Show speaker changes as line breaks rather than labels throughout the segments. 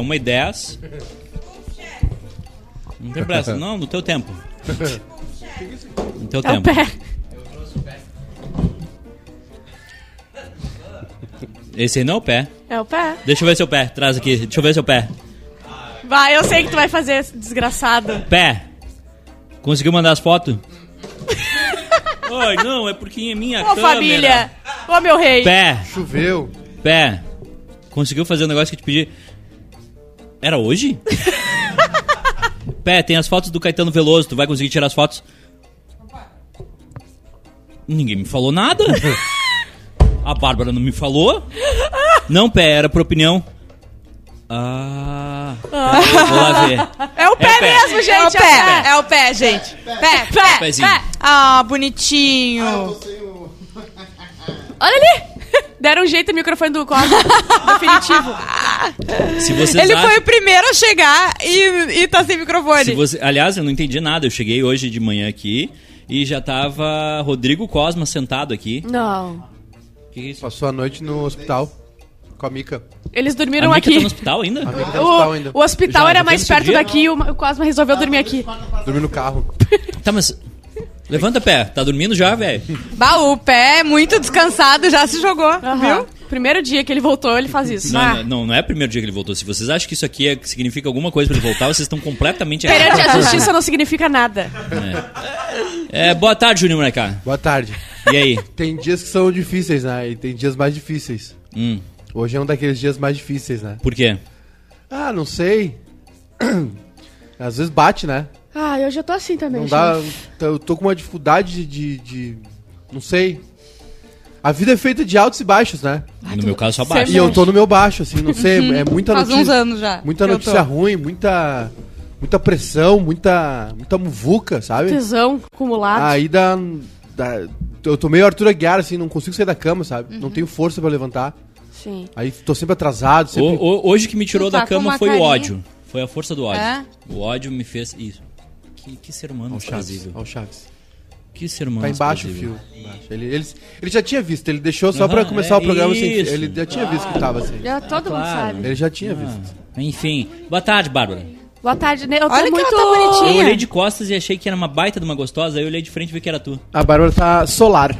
1 e 10. Não tem pressa, não, no teu tempo. No teu
É
tempo.
o pé.
Esse aí não é o pé.
É o pé.
Deixa eu ver seu pé, traz aqui. Deixa eu ver seu pé.
Vai, eu sei que tu vai fazer, esse desgraçado.
Pé! Conseguiu mandar as fotos? Oi, não, é porque é minha
Ô,
câmera.
família. Ô, meu rei.
Pé,
Choveu.
pé. Conseguiu fazer o negócio que eu te pedi? Era hoje? pé, tem as fotos do Caetano Veloso, tu vai conseguir tirar as fotos? Ninguém me falou nada. A Bárbara não me falou. Não, pé, era pra opinião. Ah, vou lá ver.
É o pé,
É o pé.
mesmo, gente.
É o pé, é o pé, gente. Pé, Ah, pé,
Pezinho.
pé. Ah, bonitinho.
Olha ali. Deram um jeito no microfone do Cosmo. Definitivo.
Se vocês
Ele
acham-
foi o primeiro a chegar e, e tá sem microfone.
Se você- aliás, eu não entendi nada. Eu cheguei hoje de manhã aqui e já tava Rodrigo Cosma sentado aqui.
Não.
Que que é isso?
Passou a noite no hospital com a Mica.
Eles dormiram
A Mica tá
aqui.
no hospital ainda?
A Mica tá no hospital ainda.
O, o hospital
Já-
era
já
mais
fez
perto
cirurgia?
daqui e o, o Cosma resolveu dormir aqui.
Dormi no carro.
Tá, mas. Levanta pé. Tá dormindo já, velho?
Bah, o pé é muito descansado já se jogou,
Aham.
viu?
Primeiro dia que ele voltou, ele faz isso. Ah.
Ah.
Não, não, não é o primeiro dia que ele voltou. Se vocês acham que isso aqui é- que significa alguma coisa pra ele voltar, vocês estão completamente
Perante
errados.
a justiça não significa nada.
É, boa tarde, Juninho Molecá.
Boa tarde.
E aí?
Tem dias que são difíceis, né? E tem dias mais difíceis.
Hum,
Hoje é um daqueles dias mais difíceis, né?
por quê?
Ah, não sei. Às vezes bate, né?
Ah, eu já tô assim também.
Não dá. Eu tô com uma dificuldade de. de- não sei. A vida é feita de altos e baixos, né?
No meu caso, só baixo.
E eu tô no meu baixo, assim, não sei. É muita
Uhum. Faz
notícia.
uns anos já.
Muita
que eu
notícia
tô.
ruim, muita. Muita pressão, muita. Muita muvuca, sabe?
Tesão acumulado.
Aí dá, dá- Eu tô meio Arthur Aguiar, assim, não consigo sair da cama, sabe?
Uhum.
Não tenho força pra levantar.
Sim.
Aí tô sempre atrasado,
O-
sempre.
o- hoje que me tirou
Tu tá
da
com
cama
uma
foi o
carinha.
ódio. Foi a força do ódio.
É?
O ódio me fez. Isso. Que, que ser humano
Ó o Chaves.
desprezível.
Ó o Chaves.
Que ser humano
Tá embaixo o
desprezível.
fio. Embaixo. Ele, ele, ele já tinha visto, ele deixou só pra
Aham,
começar
é
o programa sem fio.
isso.
Ele já tinha visto que tava assim.
Ah. É,
Já, todo
claro.
mundo sabe.
Ele já tinha visto.
Ah, enfim. Boa tarde, Bárbara.
Boa tarde, né? Eu tô
Olha que
muito...
ela tá bonitinha.
Eu
Tinha.
olhei de costas e achei que era uma baita de uma gostosa, aí eu olhei de frente e vi que era tu.
A Bárbara tá solar.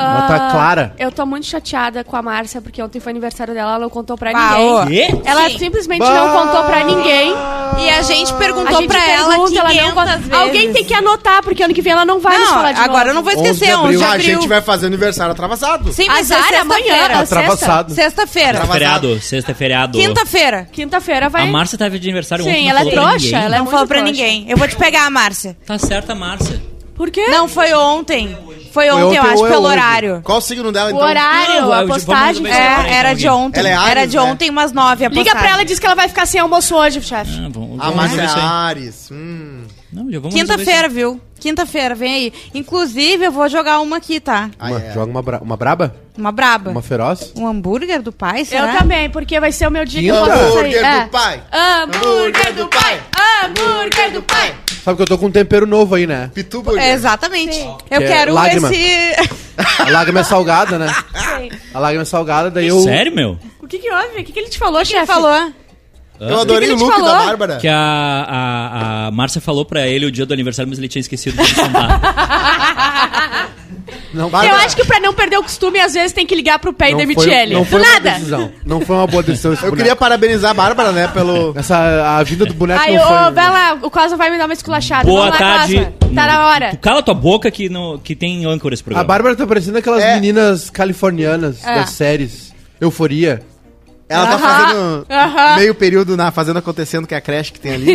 Ela tá
Ah,
clara.
Eu tô muito chateada com a Márcia, porque ontem foi aniversário dela, ela não contou pra
Bah,
ninguém.
ô.
Quê?
Ela simplesmente não contou pra ninguém.
E a gente
A
perguntou
gente
pra ela
pergunta,
500
ela não conta.
vezes.
Alguém tem que anotar, porque ano que vem ela não vai nos
Não,
falar de
agora eu não
novo.
vou
11 de
esquecer,
abril.
11 de
Ah, a
abril.
gente vai fazer aniversário atrasado.
Sempre
Azar,
ser
é amanhã.
sexta-feira.
sexta.
Atravessado.
Sexta-feira.
Atrava-
Feriado, sexta é feriado.
Quinta-feira.
Quinta-feira
A
vai...
Márcia tava de aniversário ontem.
Sim,
não
ela é
falou pra
trouxa.
ninguém.
Ela é
Não
muito
falou pra
trouxa.
ninguém. Eu vou te pegar, a Márcia.
Tá certa a Márcia.
Por quê?
Não, foi ontem. Foi ontem, eu
ontem
acho,
ou é
pelo
hoje?
horário.
Qual o signo dela,
O
então?
horário,
Não,
a
eu- vamos
postagem...
resolver isso
É.
agora.
É, era
então,
de ontem.
Ela é Ares,
era de
né?
ontem, umas nove. a
Liga
postagem.
pra ela e diz que ela vai ficar sem almoço hoje, chefe.
Ah, vamos,
A
vamos
Márcia
resolver
é
isso aí.
Ares. Hum.
Não, já vamos
Quinta-feira, viu? Quinta-feira, vem aí. Inclusive, eu vou jogar uma aqui, tá?
Ah,
Uma-
é.
Joga uma, bra- uma braba?
Uma braba.
Uma feroz?
Um hambúrguer do pai, será?
Eu também, porque vai ser o meu dia que eu
Quinta.
posso sair.
Hambúrguer
É.
do pai.
Hambúrguer do pai! Hambúrguer do pai!
Sabe que eu tô com um tempero novo aí, né?
Pitu
É,
burger.
exatamente. Eu
Que é
quero
lágrima.
ver se...
A lágrima é salgada, né? A lágrima é salgada, daí eu.
Sério, meu?
O que que houve? O que que ele te falou,
Quem
chefe?
falou?
Eu adorei
que
o
ele te
look
falou?
da Bárbara.
Que a, a, a Márcia falou pra ele o dia do aniversário, mas ele tinha esquecido de contar.
Não,
Eu acho que pra não perder o costume, às vezes tem que ligar pro pé e
não
demitir
foi,
ele.
Não
Do
foi uma
nada!
decisão. Não foi uma boa decisão esse
Eu
boneco.
queria parabenizar a Bárbara, né, pelo...
Essa, a vinda do boneco
Aí,
não foi...
ô, vai lá, o Cosma vai me dar uma esculachada.
né? Boa
Vamos lá,
tarde.
Cosma. Tá na hora.
Tu cala tua boca que, não, que tem âncora esse
A
programa.
Bárbara tá parecendo aquelas
É.
meninas californianas
É.
das séries. Euforia.
Ela tá fazendo
aham.
meio período na Fazenda Acontecendo, que é a creche que tem ali,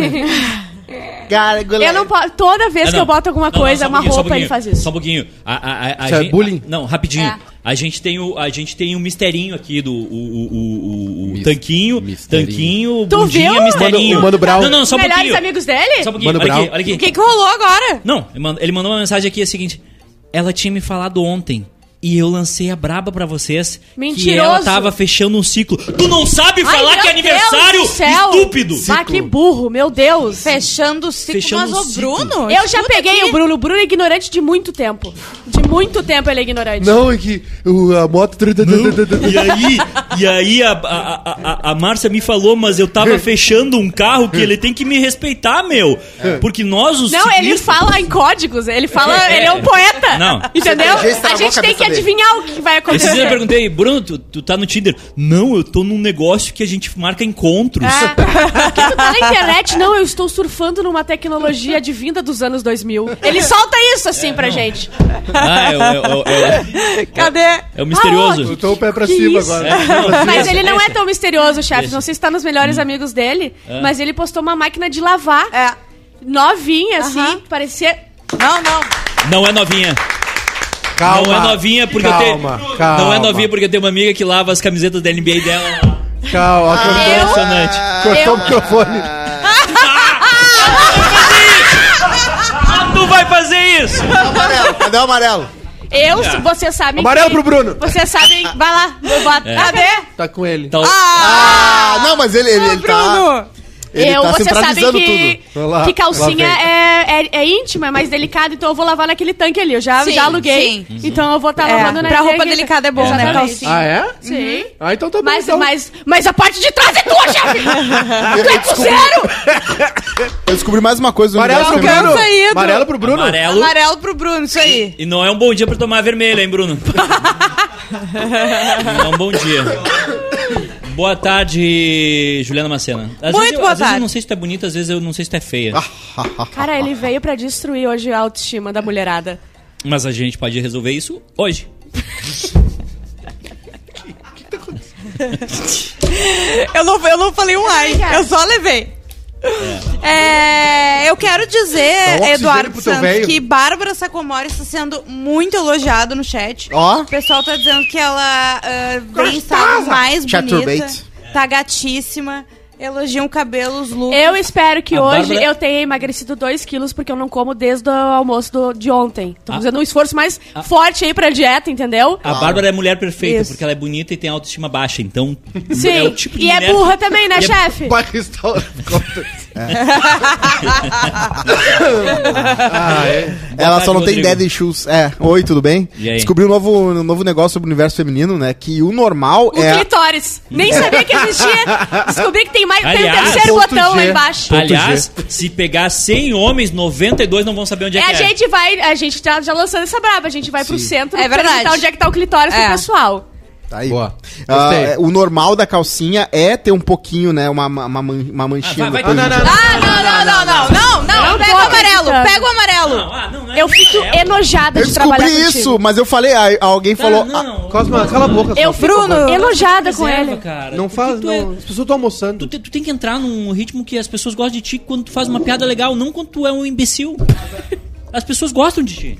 né? Gárgula.
Eu não posso. Toda vez
Ah,
que
Hum. não.
eu boto alguma
Não, não,
coisa,
só um
uma
pouquinho, só um
roupa, ele
pouquinho,
faz isso.
Só um pouquinho. A, a, a, a
Isso é
gente-
bullying?
a- não, rapidinho.
É.
A, gente tem o, a gente tem um misterinho aqui do o, o, o, o- o
Mis-
tanquinho.
misterinho.
Tanquinho,
Tu
bundinha,
viu?
misterinho.
Mano- Mano Brown.
Não, não, só um
Melhores
pouquinho.
amigos dele?
Só um pouquinho,
Mano
olha aqui,
Brown.
olha aqui.
O que, que rolou agora?
Não, ele mandou, ele mandou uma mensagem aqui, é o seguinte. Ela tinha me falado ontem. E eu lancei a braba pra vocês. Que
Mentiroso.
ela tava fechando um ciclo. Tu não sabe
Ai,
falar
meu
que é
Deus
aniversário,
do céu.
estúpido!
Ah, que burro, meu Deus.
Fechando o ciclo,
Fechando
mas
o
o
ciclo.
Bruno...
Eu já
escuta
peguei
aqui.
o Bruno. O Bruno é ignorante de muito tempo. De muito muito tempo ele é ignorante.
Não, é que o- a moto.
tá E aí, e aí a, a, a- a, a Márcia me falou, mas eu tava fechando um carro que ele tem que me respeitar, meu. Porque nós, os
Não, ele
ciclistas-
fala em códigos, ele fala,
É.
ele é um poeta.
Não.
Entendeu?
Você já estragou
A gente
a
tem
cabeça
que
dele.
adivinhar o que vai
Esses dias eu
acontecer.
perguntei, Bruno, tu, tu tá no Tinder? Não, eu tô num negócio que a gente marca encontros.
Ah, Por que tu tá na internet? Não, eu estou surfando numa tecnologia advinda dos anos 2000. Ele solta isso assim pra gente.
Ah, é, o- é o- é o-
Cadê?
Tá
é o misterioso.
Botou o pé pra
Que
cima
isso?
agora.
É, não,
Mas
esse,
ele não é
esse.
tão misterioso, chefe.
Esse.
Não sei se tá nos melhores amigos dele, mas ele postou uma máquina de lavar
É.
novinha, assim,
Aham.
parecia.
Não, não.
Não é novinha.
Calma.
não é novinha porque eu tenho.
calma, calma.
Não é novinha porque eu tenho uma amiga que lava as camisetas da NBA dela.
Calma,
Ah, Eu-
Ah,
Ah.
Impressionante.
cortou
eu-
o microfone.
Ah, tu vai fazer isso!
Amarelo, cadê o amarelo?
Eu, se vocês sabem.
Amarelo
que-
pro Bruno.
Vocês sabem. Vai lá, eu vou at-
É.
Cadê?
Tá com ele.
Então,
Ah, não, mas ele, ele, ele tá.
Bruno.
Ele
eu,
tá
vocês sabem
centralizando
que,
tudo.
Vai lá,
que calcinha
lá vem.
é, é, é íntima, é mais delicada, então eu vou lavar naquele tanque ali. Eu já,
Sim,
já aluguei,
Uhum.
sim.
então eu vou estar
É,
lavando na
pra roupa
energia.
delicada Uhum. é bom, né,
Exatamente.
calcinha?
Ah, é?
Sim.
Ah, então tá bom.
Mas,
então.
mas, mas a parte de trás é tua, chefe! tu é cruzeiro!
Eu descobri mais uma coisa do
Amarelo
universo
pro
feminino.
Alcança aí,
Bruno.
Edu.
Amarelo pro Bruno.
amarelo.
Amarelo pro Bruno, isso aí.
E não é um bom dia pra tomar vermelha, hein, Bruno? não é um bom dia. Boa tarde, Juliana Macena. Às
Muito
vezes eu,
boa
às Vezes eu
tarde.
não sei se tu é bonita, às vezes eu não sei se tu é feia.
Ah,
Ah.
Cara, ele veio pra destruir hoje a autoestima da mulherada.
Mas a gente pode resolver isso hoje.
Eu não, eu não falei um ai, eu só levei. É, eu quero dizer,
Dá um oxigênio
Eduardo
pro teu
Santos,
velho.
que Bárbara Sacomori está sendo muito elogiado no chat.
Ó.
O pessoal tá dizendo que ela ah, vem sabe, mais bonita.
Chaturbate.
Tá gatíssima. Elogiam o cabelo, os looks.
Eu espero que
A
hoje
Bárbara-
eu tenha emagrecido 2 quilos, porque eu não como desde o almoço do- de ontem. Tô
Ah.
fazendo um esforço mais forte aí pra dieta, entendeu?
A Bárbara é mulher perfeita,
Isso.
porque ela é bonita e tem autoestima baixa, então.
Sim.
É o tipo de
e é
mulher-
burra também, né,
E é-
chefe?
Vai restaurar. Ah, é.
tarde,
Ela só não tem
Rodrigo.
daddy shoes. É, oi, tudo bem?
E aí?
Descobri um novo, um novo negócio sobre o universo feminino, né? Que o normal
O
é.
clitóris. Nem sabia que existia. Descobri que tem mais. Tem o
Aliás,
terceiro
ponto
botão
G.
lá embaixo.
Ponto
Aliás, se pegar 100 homens, 92 não vão saber onde
É,
é,
a
que é.
gente vai, a gente tá já lançando essa braba, a gente vai pro
Sim.
centro
É verdade.
perguntar onde é que tá o clitóris
É.
pro pessoal.
Tá aí.
Boa.
Ah,
Gostei.
é, o normal da calcinha é ter um pouquinho, né? Uma, uma, uma man- uma assim. manchinha.
Ah, vai- vai-
no
Ah, não, não,
conjunto.
não.
Ah, não, não, não, não, não, não.
Não
pega
tô
o amarelo,
acreditando.
pega o amarelo.
Não, ah, não, não é
Eu fico
mulher.
enojada
Eu
de trabalhar
descobri
contigo.
isso, mas eu falei, aí alguém
Tá,
falou.
não,
ah,
não.
Cosma, cala a boca. Cosma.
Eu fico
Bruno,
enojada com
Reserva,
ele.
cara.
Não
Por
faz.
que tu é-
Não, As pessoas estão almoçando.
Tu, te- tu tem que entrar num ritmo que as pessoas gostam de ti quando tu faz uma piada legal, não quando tu é um imbecil. As pessoas gostam de ti.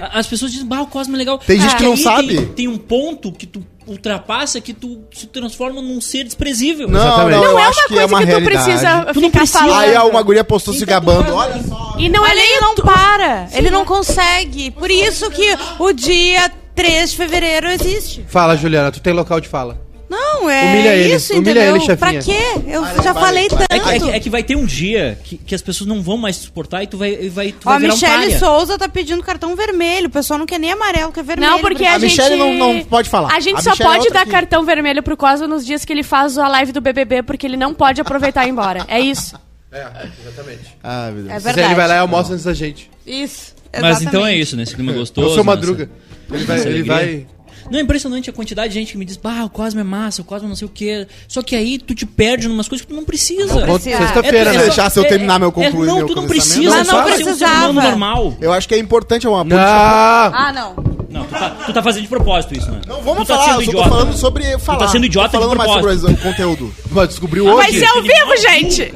A- As pessoas dizem, bah, o Cosmo é legal.
Tem gente
Porque
que não
aí
sabe.
Tem, tem um ponto que tu ultrapassa que tu se transforma num ser desprezível.
Não,
Exatamente.
não, eu
Não é
acho
uma
que é
coisa
uma
que tu
realidade.
precisa uh,
Tu não
ficar
precisa.
falando.
Aí é uma guria postou se
Então tu
gabando.
faz-
Olha só.
E não é
Mas
nem
ele não para, ele não consegue. Por isso que o dia 3 de fevereiro existe.
Fala, Juliana, tu tem local de fala.
Não, é
Humilha ele,
isso,
humilha
entendeu?
ele, chefinha.
pra quê? Eu
Vai,
já
vai,
falei
vai.
É que, é
tanto.
que- é que vai ter um dia que, que as pessoas não vão mais te suportar e tu vai, e vai, tu
Ó,
vai
a
virar um
Michelle
palha.
Souza tá pedindo cartão vermelho. O pessoal não quer nem amarelo, quer vermelho.
Não, porque a,
Obrigada.
A Michelle
gente...
não- não pode falar.
A gente
A
só
Michelle é
pode
outra
dar
que-
cartão vermelho pro Cosmo nos dias que ele faz a live do BBB, porque ele não pode aproveitar e ir embora. É isso.
É, exatamente.
Ah, meu Deus.
É
Se ele vai lá
verdade.
e almoça antes da gente.
Isso,
Mas
exatamente.
então é isso, nesse clima
Eu
gostoso.
sou madruga.
nessa-
Ele vai.
Nossa,
Ele
alegria.
vai...
Não, é impressionante a quantidade de gente que me diz, bah, o Cosmo é massa, o Cosmo não sei o quê. Só que aí tu te perde numas coisas que tu não precisa. É
Bom,
precisa.
tu-
Sexta-feira,
Se
só- é,
né?
deixar, se eu terminar meu concluir
Não,
meu
tu não
pensamento.
precisa.
Mas
só
não
pra ser um ser humano
precisava.
normal.
Eu acho que é importante é uma
Não!
Ah, não.
Não, tu tá, tu tá fazendo de propósito isso, né?
Não, Então, vamos
tu tá
falar,
sendo
eu só tô
idiota.
falando sobre falar.
tá sendo idiota
Tô falando
de
mais sobre
propósito.
o conteúdo.
Mas descobriu hoje.
Mas é ao vivo,
assim,
gente!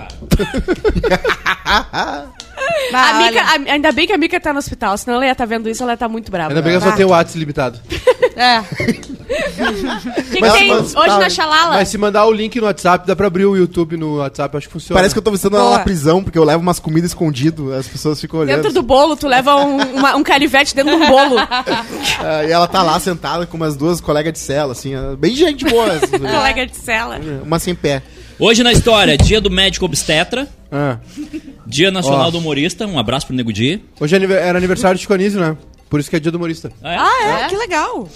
Vai,
A Mika,
Ah, olha.
a- ainda bem que a Mika tá no hospital, senão ela ia estar vendo isso, ela ia estar muito brava.
Ainda bem que eu só tenho o WhatsApp limitado.
Tá
É.
O que, que
Mas-
tem
mas-
hoje na
tá,
Xalala?
Mas se mandar o link no WhatsApp, dá pra abrir o YouTube no WhatsApp, acho que funciona.
Parece que eu tô visitando ela
Boa.
na prisão, porque eu levo umas comidas escondido, as pessoas ficam olhando.
Dentro do bolo, tu leva um, uma- um canivete dentro de um bolo.
Ah, e ela tá lá sentada com umas duas colegas de cela, assim, ah, bem gente boa. assim,
Colega de cela.
uma sem pé.
Hoje na história, dia do médico obstetra,
Ah.
dia nacional
Ó.
do humorista, um abraço pro Nego Di.
Hoje é anive- era aniversário de Chico Anísio, né? Por isso que é dia do humorista.
Ah, é?
Ah, é?
É?
Que legal.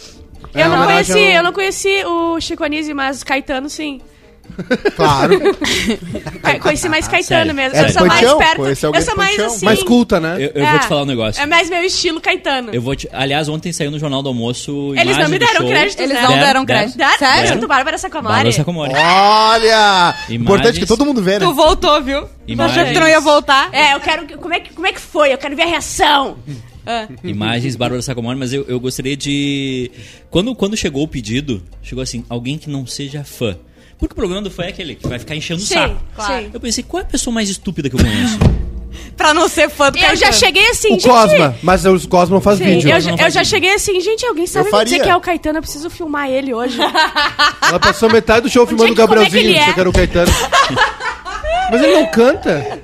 É,
Eu
uma
não
homenagem
conheci,
ao-
eu não conheci o Chico Anísio, mas Caetano sim.
Claro.
É, Conheci mais
Ah,
Caetano
Sério?
mesmo.
É,
eu sou mais
Panchão?
perto.
Conheci alguém
Eu sou
do
mais
Panchão?
assim.
Mais culta, né?
Eu, eu
É.
vou te falar um negócio.
É mais meu estilo Caetano.
Eu vou te... Aliás, ontem saiu no Jornal do Almoço.
Eles não
imagem
me
do
deram
show.
crédito,
Eles
né?
não
Deram,
deram
deram.
crédito.
Deram
Sério?
crédito, Bárbara Sacomori.
Bárbara Sacomori.
Olha! Importante
Imagens.
que todo mundo vê, né?
Tu voltou, viu? Tu achou que tu não ia
Imagens.
voltar?
É, eu quero. que- Como é, que, como é que foi? Eu quero ver a reação.
É.
Imagens, Bárbara Sacomori, mas eu, eu gostaria de. Quando, quando chegou o pedido, chegou assim, alguém que não seja fã. Porque o problema do fã é aquele que vai ficar enchendo o
Sim,
saco.
claro.
Eu pensei, qual é a pessoa mais estúpida que eu conheço?
Pra não ser fã do
Eu já
Caetano.
cheguei assim,
O
gente.
Cosma, mas o Cosma não faz
Sim,
vídeo.
eu,
Não
já-
faz
eu já
vídeo.
cheguei assim, gente, alguém sabe
Eu
me dizer
faria.
que é o Caetano, eu preciso filmar ele hoje.
Ela passou metade do show filmando o
é que- como é que
Gabrielzinho,
ele é?
só que era o Caetano. Mas ele não canta.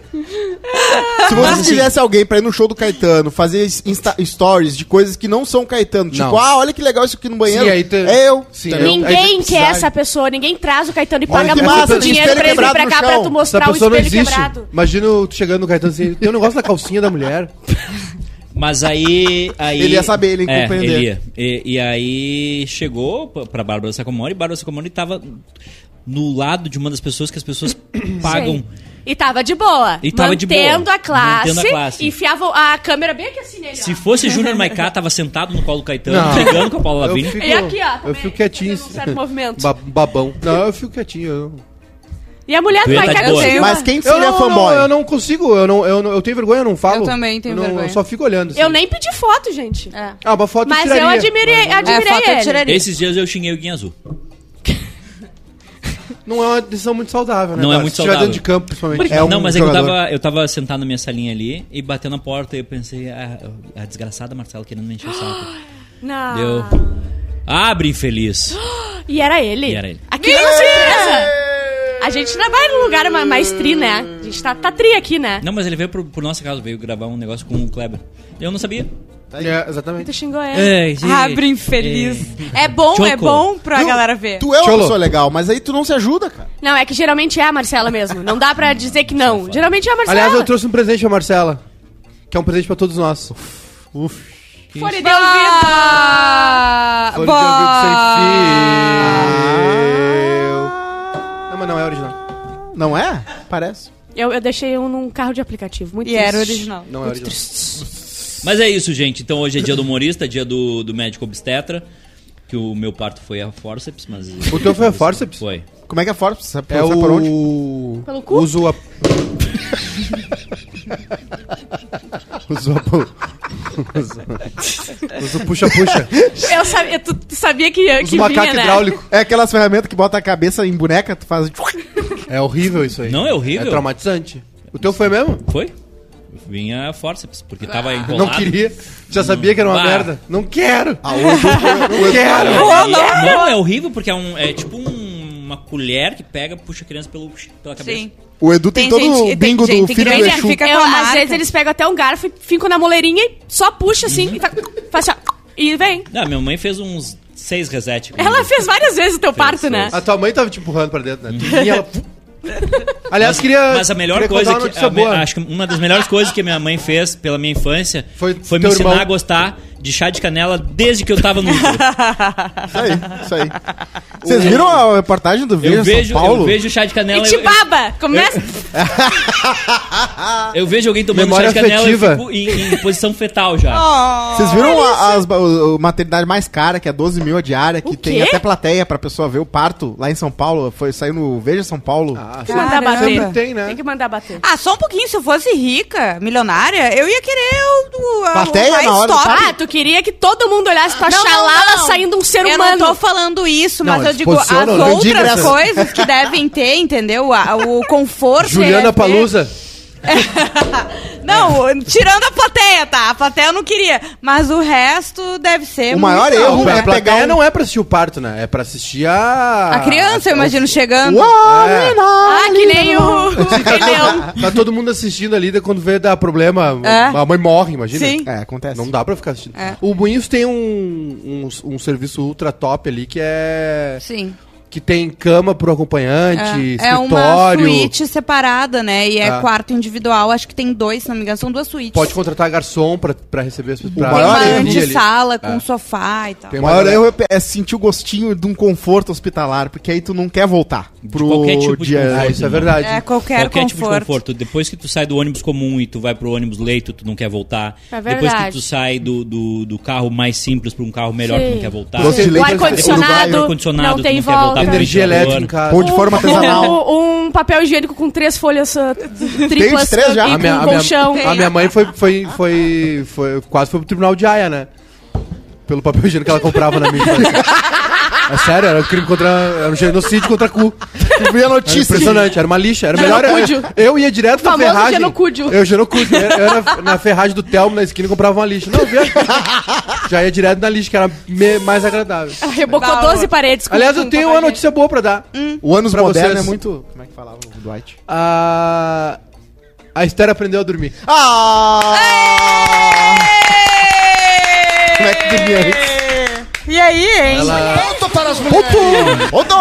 Se você fizesse alguém pra ir no show do Caetano, fazer insta- stories de coisas que não são Caetano, tipo,
Não.
ah, olha que legal isso aqui no banheiro.
Sim, aí tu-
É eu.
Sim,
entendeu?
eu-
ninguém
aí tu-
quer essa pessoa, ninguém traz o Caetano e
Olha
paga
que
massa,
muito
tem
dinheiro
espelho
pra ele vir
quebrado
pra
no
cá pra
chão.
tu
Essa
mostrar o
pessoa não
espelho
existe.
quebrado.
Imagina o- tu chegando no Caetano assim, tem um negócio da calcinha da mulher.
Mas aí, aí-
Ele ia saber, ele ia
é,
compreender.
Ele ia. E, e aí chegou pra- pra Bárbara Sacomori, e Bárbara Sacomori tava no lado de uma das pessoas que as pessoas pagam.
Sim. E tava de boa.
E tava de
mantendo
boa,
A classe,
mantendo a classe.
Enfiava a câmera bem aqui assim nele.
Se
ó.
fosse Júnior Maiká, tava sentado no colo do Caetano,
Não.
brigando com a Paula Lavigne.
E aqui, ó, também,
Eu fico quietinho.
fazendo um certo movimento.
Ba- babão. Não, eu fico quietinho. Eu, não-
E a mulher
Tu
do
ia tá
Maiká
de boa.
continua.
Mas quem
é eu
seria
não,
é fanboy?
não, eu não consigo. Eu, não, eu, não- eu tenho vergonha, eu não falo.
Eu também tenho
Eu não-
vergonha.
Eu só fico olhando. assim.
Eu nem pedi foto, gente.
Ah, uma foto
Mas eu
tiraria.
admirei,
É,
admirei
foto eu
ele.
tiraria.
Esses dias eu xinguei o Guinha Azul.
Não é uma decisão muito saudável, né?
Não é
cara?
muito
Se tiver
saudável.
dentro de campo, principalmente.
É um
não, mas é que eu
jogador.
tava, eu tava sentado na minha salinha ali e bateu na porta e eu pensei, ah, a desgraçada Marcelo querendo me encher o saco.
Não.
Ah.
Deu. Abre, infeliz.
E era ele.
E era ele.
Aquilo é uma surpresa. A gente não vai num lugar ma- mais tri, né? A gente tá, tá tri aqui, né?
Não, mas ele veio pro, pro nosso caso, veio gravar um negócio com o Kleber. Eu não sabia.
É,
Tu
exatamente.
xingou ele.
É, gente,
Abre infeliz. É bom, é
Choco.
bom pra
Tu-
galera ver.
Tu é uma
Cholo.
pessoa legal, mas aí tu não se ajuda, cara.
Não, é que geralmente é a Marcela mesmo. Não dá pra dizer que não. Geralmente é a Marcela.
Aliás, eu trouxe um presente pra Marcela. Que é um presente pra todos nós. Uf.
Fone de ouvido.
Bah!
Fone de ouvido sem fio. Não, mas não é original.
Não é? Parece.
Eu, eu deixei um num carro de aplicativo. Muito
E era
triste.
original.
Não é original.
Mas é isso, gente. Então hoje é dia do humorista, dia do, do médico obstetra. Que o meu parto foi a forceps, mas.
O teu foi a forceps?
Foi.
Como é que é forte? Sabe
É
sabe
o...
por onde?
Pelo cu?
Uso a...
Usou a mão.
Uso puxa-puxa.
Eu sabia, tu tu sabia que, que
Uso
vinha,
macaco
né?
hidráulico.
É aquelas ferramentas que bota a cabeça em boneca, tu faz. tipo,
É horrível isso aí.
Não, é horrível.
É traumatizante. O teu foi mesmo?
Foi? Vinha a forceps, porque
Ah.
tava enrolado.
Não queria. Já sabia que era uma
Bah.
merda. Não quero.
Ah, hoje
Não quero.
E- não, é horrível porque é, um, é tipo um- uma colher que pega, puxa a criança pelo, pela cabeça.
Sim.
o, o Edu tem,
Tem
todo
gente-
o
tem
bingo
gente
do
que
filho do
vende a
Exu.
fica-
Eu,
com a
às
marca.
vezes eles pegam até um garfo e ficam na moleirinha e só puxa assim
Uhum.
e fa- faz assim, ó, e vem.
Ah, minha mãe fez uns seis reset. comigo.
Ela fez várias vezes o teu parto, né?
A tua mãe tava te empurrando pra dentro, né? Tu vinha, ela... Aliás, queria.
Mas a melhor
queria
coisa
contar uma
que
notícia
a me-
boa.
acho que uma das melhores coisas que a minha mãe fez pela minha infância
Foi
foi, me
teu
ensinar
irmão.
a gostar de chá de canela desde que eu tava no útero.
É Isso aí, isso aí. Vocês viram a reportagem do Veja
Eu vejo,
São Paulo?
eu vejo chá de
E
canela.
te
eu, eu,
baba! Começa.
eu vejo alguém tomando
Memória
chá de canela e
afetiva.
fico em, em posição fetal já.
Vocês viram
Ah,
a, as, ba- o- o maternidade mais cara, que é 12 mil a diária, que
O
tem
quê?
até plateia pra pessoa ver o parto lá em São Paulo? Foi saiu no Veja São Paulo.
Ah,
Tem que mandar
Caramba.
bater.
sempre tem, né?
Tem que mandar bater.
Ah, só um pouquinho. Se eu fosse rica, milionária, eu ia querer o, o, a-
Plateia
o mais
na hora do
top. Ah,
parto?
Ah, tu queria que todo mundo olhasse tua
Não, não,
xalala
não.
saindo um ser
eu
humano.
não tô falando isso, mas
Não,
eu
eles
digo as
posicionam,
não diga
outras
essa.
coisas que devem ter, entendeu? A- O conforto.
Juliana
ele-
Palusa.
Não, tirando a plateia, tá? A plateia eu não queria. Mas o resto deve ser.
O maior erro,
Não,
né?
a
pegar
plateia
um-
não é pra assistir o parto, né? É pra assistir a.
A criança, eu imagino, chegando.
Uau,
É.
menina!
Ah, que nem o, o Rei Leão.
Tá, tá todo mundo assistindo ali, daí quando vê dar problema,
É.
a mãe morre, imagina.
Sim.
É, acontece.
Não dá pra ficar assistindo.
É.
O Moinhos tem um, um, um serviço ultra top ali que é.
Sim.
Que que tem cama pro acompanhante,
É uma
escritório.
suíte separada, né? E é
Ah.
quarto individual. Acho que tem dois, se não me engano. São duas suítes.
Pode contratar garçom pra, pra receber as pessoas. pra
Tem uma
maior erro
servir ali.
antessala com sofá e tal.
Tem
O
uma
maior
galera-
erro é- é sentir o gostinho de um conforto hospitalar, porque aí tu não quer voltar pro
qualquer tipo de
dia.
conforto.
Ah, isso é verdade.
É, qualquer,
Qualquer
conforto.
tipo de conforto. Depois que tu sai do ônibus comum e tu vai pro ônibus leito, tu não quer voltar.
É
Depois que
verdade.
tu sai do, do, do carro mais simples pra um carro melhor, tu não
Sim.
quer voltar.
Doce de
O
leite Uruguai,
ar-condicionado,
ar-condicionado,
não tem
tu
é
não quer voltar
volta.
pro
tipo
Energia
ventilador.
elétrica em casa.
Pão de forma artesanal.
Um, um papel higiênico com três folhas ah, triplas
três já.
e
A minha, a
com
minha-
colchão.
a minha mãe foi, foi, foi, foi- Quase foi pro tribunal de Haia, né? Pelo papel higiênico que ela comprava na minha infância. É sério, era um crime contra. Era um genocídio contra cu.
Tu vê a
Era
Tipo, notícia.
impressionante, era uma lixa. Era melhor.
Genocúdio.
Eu ia direto pra
famoso
ferragem.
genocúdio.
Eu, genocúdio. Eu eu era na ferragem do Telmo na esquina e comprava uma lixa. Não, eu via. Já ia direto na lixa, que era me- mais agradável.
Ah, Rebocou
Bah,
12 paredes. com-
Aliás, eu
com
tenho
papel
uma notícia boa pra dar.
O ânus
Pra
moderno
vocês.
é muito. Como é que falava o Dwight?
A. A Esther aprendeu a dormir.
Ah! Como é que dormia antes?
E aí, hein?
Ela.
Ponto para as mulheres! Ponto!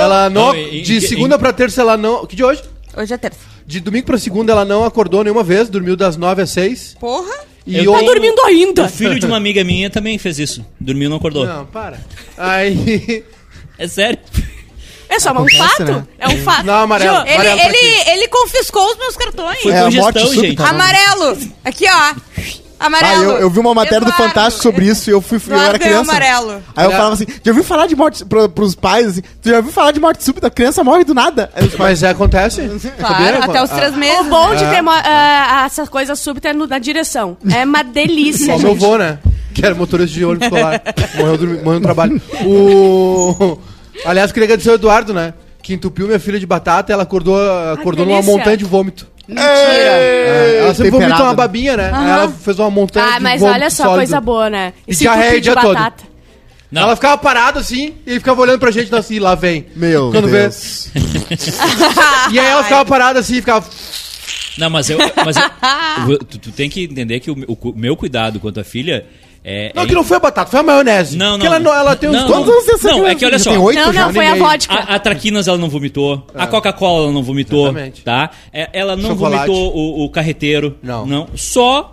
Ela não.
Não, e-
de
e-
segunda
e-
pra terça ela não. Que de hoje?
Hoje é terça.
De domingo pra segunda ela não acordou nenhuma vez, dormiu das nove às seis.
Porra.
E
Eu
on-
Tá dormindo
O
ainda.
filho de uma amiga minha também fez isso. Dormiu e não acordou.
Não, para. Aí.
É sério.
É só um fato?
né?
É um fato.
Não, amarelo.
Ju,
Ele,
Amarelo pra
ele, ele confiscou os meus cartões.
Foi
É, a morte
congestão,
súbita.
gente.
Tá bom.
Amarelo. Aqui, ó.
Ah,
Amarelo.
eu, eu vi uma matéria do
Eduardo.
Fantástico sobre isso e eu fui. Eu
Eduardo
era criança.
ganhou amarelo.
Aí eu
É.
falava assim: já ouviu falar de morte pro, pros pais? Assim, tu já ouviu falar de morte súbita? A criança morre do nada. Aí os pais-
Mas é, acontece.
Claro, até
Ah.
os três
O
meses.
bom de
É.
ter mo- ah, essa coisa súbita é no- na direção. É uma delícia,
Só
gente.
meu avô, né? Que era motorista de ônibus escolar. Morreu, dormi- morreu no trabalho. O. Aliás, queria agradecer o Eduardo, né? Que entupiu minha filha de batata e ela acordou, acordou numa
Ah, delícia.
montanha de vômito.
Mentira.
É, ela sempre
Temperado,
vomitou uma
né?
babinha, né? Aí Ela fez uma montanha
Ah,
de
mas
vômito
olha só,
sólido.
coisa boa, né?
E
Esse
diarreia
tupi
o dia todo.
Não.
Ela ficava parada assim e ficava olhando pra gente assim, lá vem.
Meu
Quando vê-
Deus.
E aí ela ficava parada assim, ficava.
Não, mas eu. Mas eu- eu- tu, tu tem que entender que o, meu- o cu- meu cuidado quanto a filha é.
Não,
é
que não foi a batata, foi a maionese.
Não,
Porque
não.
ela, não- ela tem uns
Não,
quantos
não.
anos?
Quantos anos você
Não,
tem?
é que olha
Já
só.
Tem oito
Não,
já?
não, foi a
ninguém.
vodka.
A, a Traquinas ela não vomitou, a Coca-Cola ela não vomitou,
É. Exatamente.
tá? É, Ela não
Chocolate.
vomitou o, o carreteiro,
Não.
Só,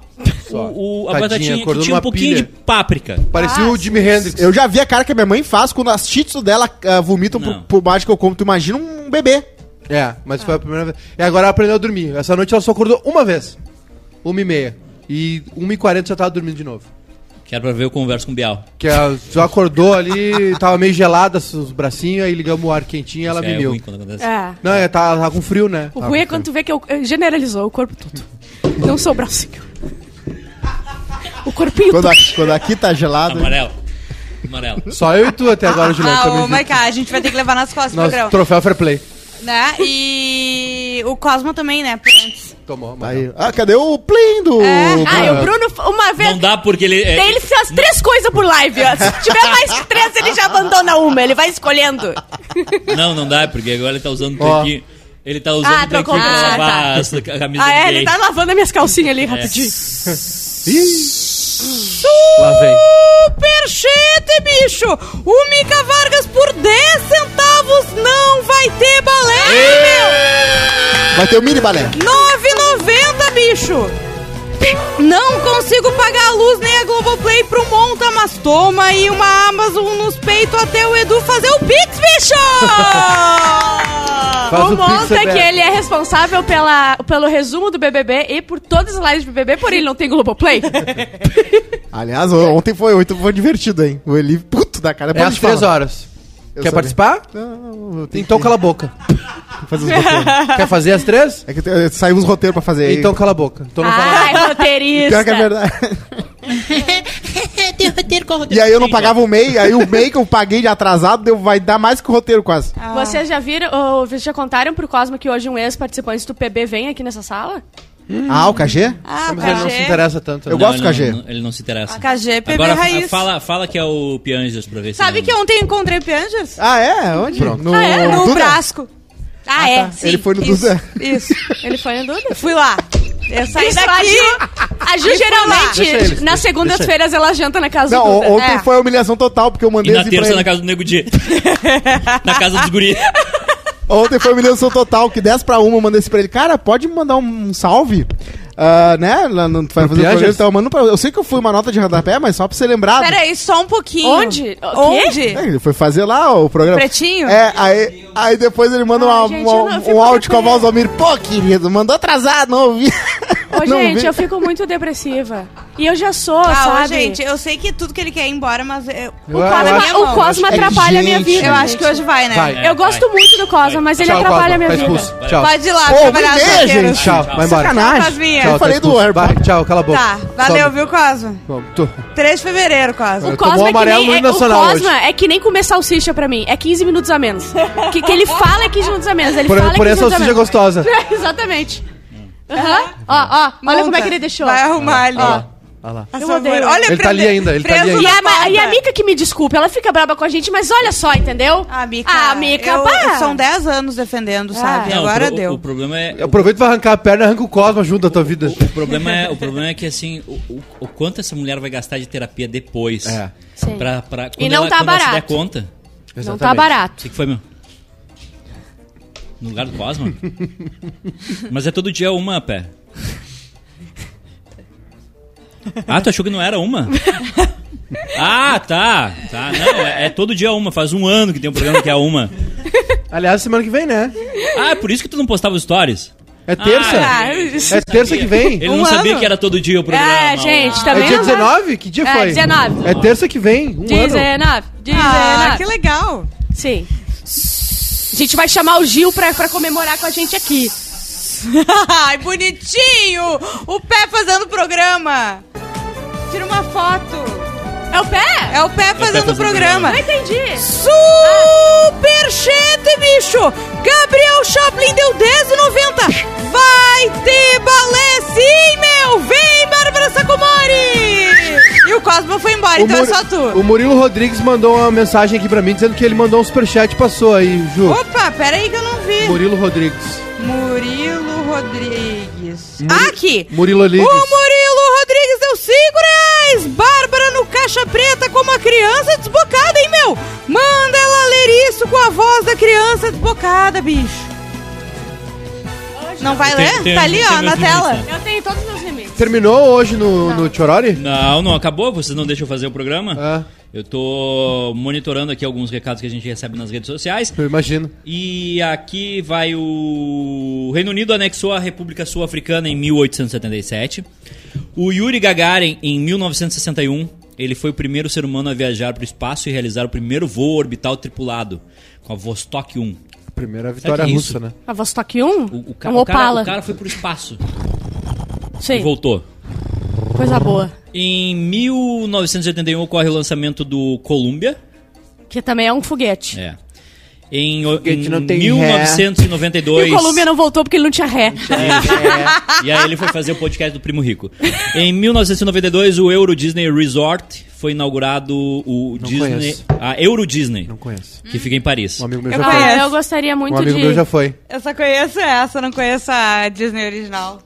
Só.
o- o- a
Tadinha,
batatinha que
acordou
tinha um
numa
pouquinho
pilha.
de páprica.
Parecia
Ah,
o Jimi Hendrix.
Eu já vi a cara que a minha mãe faz quando as cheats dela ah, vomitam
Não.
por, por baixo que eu como. Tu imagina um bebê.
É, mas foi a primeira vez. E agora ela aprendeu a dormir. Essa noite ela só acordou uma vez. Uma e meia. E uma e quarenta já tava dormindo de novo.
Quero pra ver eu converso com o Bial.
Que ela já acordou ali, tava meio gelada os bracinhos, aí ligamos o ar quentinho e ela
Isso é
mimiu.
ruim quando acontece.
É.
Não, é, tá, tá com frio, né?
O
Tá
ruim é
com frio.
quando tu vê que eu, eu generalizou o corpo todo. Não sou o bracinho. O corpinho
Quando,
todo.
a- quando aqui tá gelado.
Amarelo. Amarelo.
Só eu e tu até agora, Juliano.
Ah, ô,
também.
Maiká, a gente vai ter que levar nas costas o
Nosso
programa.
troféu Fair Play.
Né? E o Cosmo também, né? Por antes.
Tomou,
Tá
mas
Aí. Ah, cadê o Plindo?
É.
Ah, e o Bruno, uma vez.
Não dá porque ele. é-
Daí ele fez três coisas por live. ó. Se tiver mais que três, ele já abandona uma. Ele vai escolhendo.
Não, não dá, porque agora ele tá usando o
Ó.
tanquinho. Ele tá usando
Ah,
o tanquinho
trocou.
pra
Ah,
lavar
tá.
as- a camisa
Ah, é?
dele.
Ele tá lavando as minhas calcinhas ali rapidinho.
lá vem.
Superchete, bicho!
Um
O Mica Vargas por 10 centavos não vai ter balé,
Vai ter o mini balé.
meu! 9,90, bicho! Não consigo pagar a luz nem a Globoplay pro Monta, mas toma aí uma Amazon nos peitos até o Edu fazer o Pix, bicho!
Faz
o
o Pix,
Monta,
Beto.
que ele é responsável pela, pelo resumo do BBB e por todas as lives do BBB, por ele não tem Globoplay.
Aliás, o- ontem foi oito, foi divertido, hein? O Eli, puto da cara.
É
depois
às
eu te falo.
três horas.
Eu
Quer
sabia.
participar?
Não, não, eu tenho
Então cala a boca.
que fazer os roteiros.
Quer fazer às três?
É que eu- saiu uns roteiros pra fazer aí.
Então cala a boca. Então não fala.
Ai,
Pior que é
roteirista.
verdade. e aí eu não pagava o MEI, aí o MEI que eu paguei de atrasado deu, vai dar mais que o roteiro quase.
Vocês já viram, ou vocês já contaram pro Cosmo que hoje um ex-participante do PB vem aqui nessa sala?
Ah, o KG?
Ah,
Mas ele não se interessa tanto. né?
Eu gosto
ele
do KG.
Não, ele não se interessa.
KG, PB
Agora,
Raiz.
Fala, fala que é o Pianjas pra ver se.
Sabe
não-
que ontem encontrei Piangers?
Ah, é? Onde? No,
Ah, é? No
Duda?
Brasco. Ah, é.
tá.
Ele foi no
isso,
Duda.
Isso.
Ele foi no Duda.
Fui lá. Eu saí
Ele saiu.
daqui,
A Ju
Deixa eles,
geralmente,
deixa-
nas segundas-feiras, ela janta na casa
Não,
do
o-
Duda.
ontem
É.
foi a humilhação total, porque eu
E
mandei
na
assim pra
terça
ele.
na casa do Nego Di. na casa dos guri.
Ontem foi humilhação total, que 10 pra 1 eu mandei isso pra ele. Cara, pode me mandar um, um salve? Ah, né? Lá no- tu vai fazer o
Pianjas?
programa, então, manda pra- eu sei que eu fui uma nota de rodapé, mas só pra você lembrar.
Peraí, só um pouquinho.
Onde? O quê?
Onde?
É, ele foi fazer lá o programa.
Pretinho?
É, aí, aí depois ele manda uma-
Ai, gente,
uma-
eu não- eu fico
um áudio com a
depois.
voz do Almir. Pô, querido, mandou atrasar, não ouvi.
Ô,
Não
gente,
vi.
eu fico muito depressiva. E eu já sou,
Ah,
sabe?
ô, gente, eu sei que tudo que ele quer é ir embora, mas eu,
Eu-
o
eu
Cosma,
acho-
Cosma- o Cosma
é que,
atrapalha a minha
gente,
vida.
Eu acho que hoje vai, né?
Vai.
É,
Eu gosto muito do Cosma, mas ele
Tchau,
atrapalha a minha
Cosma. Tá
vida.
expulso.
Vai, vai.
Tchau.
Pode ir lá,
Ô,
trabalhar
ideia,
as
gente.
Tchau, vai embora.
Sacanagem.
Sacanagem.
Eu
Tchau,
falei
tá
do
expulso.
Harry
Vai,
Potter.
Tchau, cala a boca.
Tá, valeu, viu, Cosma?
Sobe. Tu-
3 de fevereiro, Cosma.
O
tomou um
Cosma, é que
amarelo
nem,
no
é, o
Nacional
Cosma é que nem comer salsicha pra mim. É 15 minutos a menos. que, que ele fala é 15 minutos a menos. Ele
Por,
fala
por
é 15
essa
minutos a
salsicha
menos. É,
gostosa.
Exatamente. Aham. Ó, ó, olha como é que ele deixou.
Vai arrumar ali.
Olha lá. Olha lá.
A
Eu
sua
odeio.
mãe- Olha
Ele
pra
tá ali ainda, ele tá ali
preso
E
ainda.
na
a, Ma- e a
porta.
Mica que me desculpa, ela fica braba com a gente, mas olha só, entendeu?
Ah, Mica.
Ah, Mica,
eu, um
pá. Ah.
São 10 anos defendendo, sabe?
Não, o
Agora
pro-
deu.
O problema é.
Aproveita pra arrancar a perna e arranca o Cosma junto da tua vida.
O problema é, o problema é que assim, o, o- o quanto essa mulher vai gastar de terapia depois.
É.
Sim.
Pra, pra, quando
não
ela,
tá
quando ela se der
barato.
conta.
Não tá
Exatamente.
O
barato.
que, que foi, meu? No lugar do Cosma? Mas é todo dia uma, pé. Ah, tu achou que não era uma? Ah, tá. tá. Não, é, é todo dia uma. Faz um ano que tem um programa que é uma.
Aliás, semana que vem, né?
Ah, é por isso que tu não postava os stories?
É terça?
Ah,
eu-
é terça que vem.
Ele
Um
não sabia
ano?
que era todo dia o programa.
É, gente,
É
também.
dia
não vai.
19? Que dia
É,
foi?
19.
É terça que vem, um ano.
19. 19.
Ah, que legal.
Sim. A gente vai chamar o Gil pra, pra comemorar com a gente aqui.
Ai, bonitinho! O pé fazendo programa. Tira uma foto.
É o pé?
É o pé fazendo
fazendo
o programa.
Não entendi.
Superchete, bicho! Gabriel Chaplin deu 10,90. Vai ter balé sim, meu! Vem, Bárbara Sacomori! E o Cosmo foi embora, então é
Muri-
só tu.
o Murilo Rodrigues mandou uma mensagem aqui pra mim dizendo que ele mandou um superchat e passou aí, Ju.
Opa, peraí que eu não vi.
Murilo Rodrigues.
Murilo Rodrigues. Ah, aqui!
Murilo Rodrigues.
O Murilo Rodrigues deu 5 reais! Bárbara no caixa preta como uma criança desbocada, hein, meu? Manda ela ler isso com a voz da criança desbocada, bicho. Não vai
Tem-
ler?
tem-
tá ali,
tem
ó,
meus
na
limites,
tela.
né?
Eu tenho todos os meus limites.
Terminou hoje no, no Chorori?
Não, não acabou? Vocês não deixam eu fazer o programa?
É.
Eu tô monitorando aqui alguns recados que a gente recebe nas redes sociais.
Eu imagino.
E aqui vai o. o Reino Unido anexou a República Sul-Africana em 1877. O Yuri Gagarin, em 1961, ele foi o primeiro ser humano a viajar para o espaço e realizar o primeiro voo orbital tripulado com a Vostok 1.
Primeira vitória
que é
russa,
isso?
né?
A Vostok 1?
O, o,
é
ca-
um
o cara,
Opala.
o cara foi para o espaço e
Sim,
voltou.
coisa boa.
Em 1981 ocorre o lançamento do Columbia.
Que também é um foguete.
É. Em,
Foguete
em
não tem ré.
1992.
E o Columbia não voltou porque ele não tinha ré.
E aí ele foi fazer o podcast do Primo Rico. Em 1992, o Euro Disney Resort foi inaugurado o Disney,
conheço.
a Euro Disney,
Não conheço.
que fica em Paris.
Um amigo meu
Eu
já
conheço.
foi.
Ah, eu gostaria muito
Um amigo
de...
meu já foi.
Eu só conheço essa, não conheço a Disney original.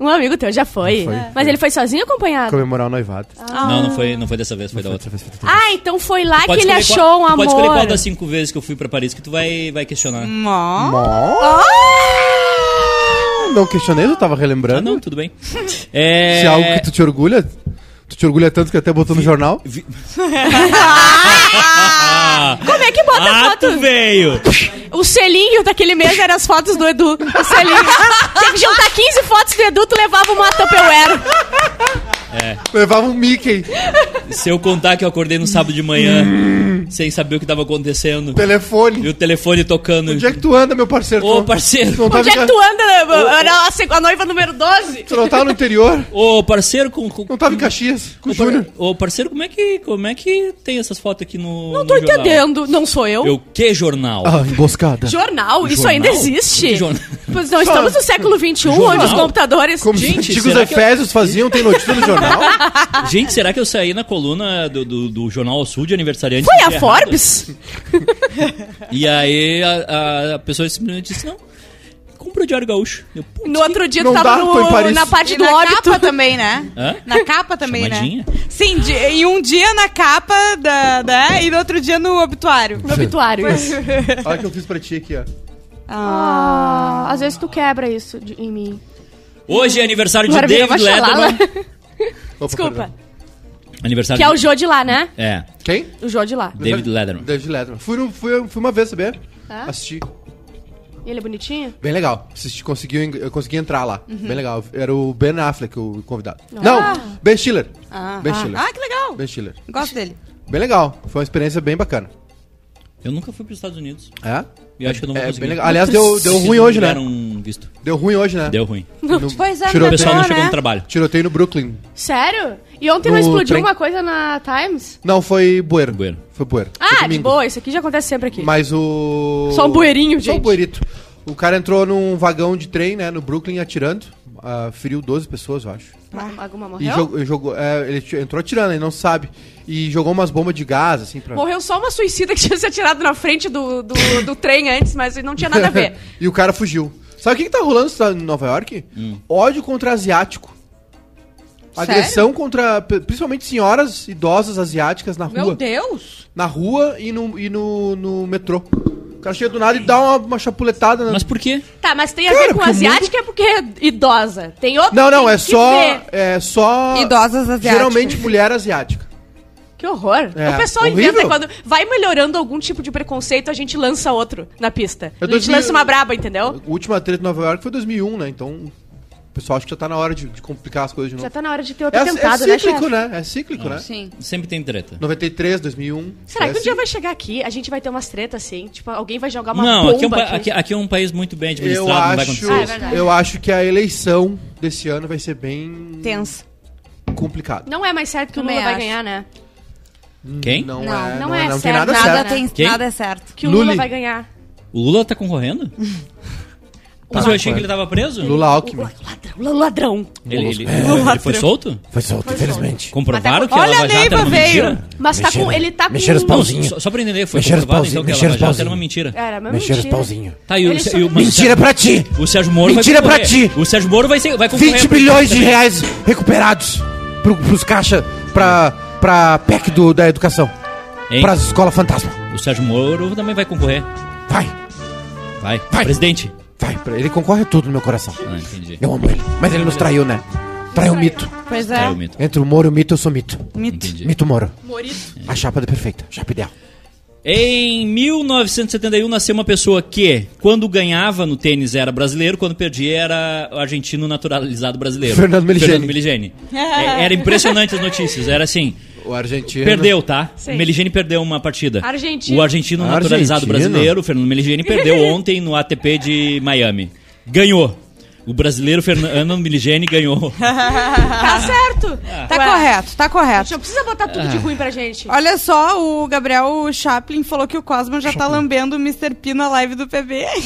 Um amigo teu já
Já
foi.
foi.
Mas ele foi sozinho ou
Ah.
acompanhado?
Comemorar o noivado.
Não, não foi, não foi dessa vez, foi da outra.
Ah, então foi lá Ah. que ele
escolher
achou
qual,
um amor. Hum.
Pode escolher qual das cinco vezes que eu fui pra Paris que tu vai, vai questionar.
Mó.
Ah!
Ah, Não questionei, eu tava
Ah,
relembrando.
não, tudo bem. É...
Se é algo que tu te orgulha, tu te orgulha tanto que até botou no jornal.
Vi-
Como é que bota
Ah,
foto?
tu veio!
O selinho daquele mês era as fotos do Edu. O selinho. Tinha que juntar 15 fotos do Edu, tu levava uma Tupperware.
Levava um Mickey.
Se eu contar que eu acordei no sábado de
Hum.
manhã, sem saber o que tava acontecendo, e
Telefone.
o telefone tocando.
Onde é que tu anda, meu parceiro?
Ô,
Tu-
parceiro.
Tu não,
Onde
tava
é
em
que
Ca-
tu anda? Era a seg- a noiva número 12?
tu não tava no interior?
Ô, parceiro, com, com-
Não tava em Caxias? Com o
Ô, par-
Júnior?
Ô, parceiro, como é que, como é que tem essas fotos aqui no.
Não tô entendendo. Não sou eu.
Eu que jornal?
Ah, emboscada.
Jornal? Isso
Jornal?
ainda existe?
Que jornal?
Pois não, estamos no século XXI, onde os computadores...
Como
Gente,
os antigos
será que eu-
efésios faziam, tem notícia no jornal?
Ah.
Gente, será que eu saí na coluna do, do, do Jornal ao Sul de aniversariante?
Foi
do
a
dia
Forbes?
errado? E aí a, a- a pessoa simplesmente disse: não. Com pro Diário Gaúcho. Eu, putz,
No outro dia tu
Não dá,
tava no-
foi em Paris.
na parte
E
do
na
óbito.
capa também, né?
Hã?
Na capa também,
Chamadinha?
né? Sim, de- e um dia na capa da, da- e no outro dia no obituário.
No obituário. isso.
Olha o que eu fiz pra ti aqui, ó.
Ah, às vezes tu quebra isso de- em mim.
Hoje é aniversário de
Agora virou
David
uma chalala.
Letterman.
Opa,
Desculpa.
perdão.
Aniversário
Que é o
de...
Jô de lá, né?
É,
Quem?
O Jô de lá.
David Letterman.
David Letterman. Fui, no- fui, fui uma vez, sabia?
É?
Assisti.
Ele é bonitinho?
Bem legal. Assisti, conseguiu, en- eu consegui entrar lá.
Uhum.
Bem legal. Era o Ben Affleck, o convidado.
Ah.
Não, Ben Stiller.
Ah,
Ben
ah.
Stiller.
Ah, que legal.
Ben Stiller.
Gosto dele.
Bem legal. Foi uma experiência bem bacana.
Eu nunca fui pros Estados Unidos.
É?
E acho que eu não vou
É,
conseguir.
bem legal. Aliás, deu, deu
Se
ruim hoje, né?
tiveram um visto.
Deu ruim hoje, né?
Deu ruim.
No-
Pois é,
O
Tiroteio,
pessoal não
Deu,
chegou
né?
no trabalho. tipo,
tiroteio no Brooklyn.
Sério? E ontem não
No
explodiu
trem.
uma coisa na Times?
Não, foi Bueiro.
Bueiro.
Foi Bueiro. Foi
Ah, de
domingo.
boa, isso aqui já acontece sempre aqui.
Mas o.
Só um bueirinho,
Só
gente.
um bueirito. O cara entrou num vagão de trem, né, no Brooklyn, atirando. Ah, feriu 12 pessoas, eu acho.
Ma- Ah, Alguma
E
morreu?
jogou, jogou- é, ele ti- entrou atirando, ele não sabe. E jogou umas bombas de gás, assim, pra.
Morreu só uma suicida que tinha se atirado na frente do, do, do trem antes, mas não tinha nada a ver.
e o cara fugiu. Sabe o que, que tá rolando isso em Nova York? Ódio contra asiático.
Sério?
Agressão contra, p- principalmente senhoras idosas asiáticas na
Meu
rua.
Deus.
Na rua e no, e no, no metrô. O cara chega do nada e dá uma, uma chapuletada. Na...
Mas por quê?
Tá, mas tem a
Cara,
ver com
porque o mundo-
asiática é porque é idosa. Tem outro
Não, não,
tem
é
que
só,
ver.
é só.
Idosas asiáticas.
Geralmente mulher asiática.
Que horror.
É,
o pessoal inventa
horrível.
quando vai melhorando algum tipo de preconceito, a gente lança outro na pista.
É
a gente
2000
lança uma braba, entendeu?
A última treta em Nova York foi 2001, né? Então, o pessoal acho que já tá na hora de, de complicar as coisas de novo.
Já tá na hora de ter outro
É,
atentado,
é cíclico,
chefe?
né? É cíclico, né?
Sim.
Sempre tem treta.
93, 2001.
Será que um
parece-
dia vai chegar aqui, a gente vai ter umas tretas assim? Tipo, alguém vai jogar uma
não,
bomba
aqui é, um, pa-
aqui.
aqui, aqui é um país muito bem administrado,
Eu
não vai
acho,
acontecer
Ah, é
isso.
verdade.
eu acho que a eleição desse ano vai ser bem
Tensa.
complicada.
Não é mais certo que o
Também
Lula vai
acho.
ganhar, né?
Quem?
Não,
Não,
é,
não é
não tem
certo.
nada,
Nada
certo.
tem,
Tá Quem?
nada é certo.
Que o Lula
Lula.
vai ganhar.
O Lula tá concorrendo? Mas eu achei
Tá.
que ele tava preso?
Lula Alckmin.
Ladrão, Lula ladrão.
Ele, ele- ele foi solto?
Foi solto, infelizmente.
Comprovaram
Mas
que
tá-
a
Olha,
Lava
a
Jato era
Neiva
uma
veio.
mentira?
Mas tá com. Ele tá com.
Mexeram os pauzinhos.
Só, só pra entender, foi
Mexeram os
comprovado
pauzinhos,
então que a
mexeram
Lava
os
Jato era uma
pauzinhos.
mentira.
Era, mas é
Mexeram os
mentira.
pauzinhos.
Tá, e o,
Ele
Se-
só-
e o- mas o
Mentira
Sérgio-
pra ti!
O Sérgio Moro
Mentira
vai
pra
concorrer.
ti!
O Sérgio Moro vai, ser, vai concorrer.
20
à
bilhões de
presidência.
reais recuperados pro, pros caixa pra, pra PEC do, da educação.
Hein?
Pras escolas fantasma.
O Sérgio Moro também vai concorrer.
Vai,
Vai.
Vai.
Presidente.
vai. pra- Ele concorre a tudo no meu coração.
Ah, entendi.
Eu amo ele. Mas ele nos traiu, né? Traiu o mito.
Pois
É,
é.
o mito.
Entre o Moro e o mito, eu sou mito.
Mito.
Entendi.
Mito Moro.
Morito.
A chapa da perfeita. Chapa ideal.
Em 1971 nasceu uma pessoa que, quando ganhava no tênis, era brasileiro, quando perdia, era argentino naturalizado brasileiro.
Fernando Meligeni.
Fernando Meligeni. É, era impressionante as notícias. Era assim:
O argentino.
perdeu, tá?
Sim.
Meligeni perdeu uma partida.
Argentino.
O argentino naturalizado
Argentino.
brasileiro, Fernando Meligeni, perdeu ontem no ATP de Miami. Ganhou. O brasileiro Fernando Meligeni ganhou.
Tá certo.
Ah.
Tá
Ué,
correto, tá
A gente
correto.
não precisa botar tudo de ruim pra gente.
Olha só, o Gabriel Chaplin falou que o Cosmo já tá lambendo o Mr. P na live do PB.
Ai,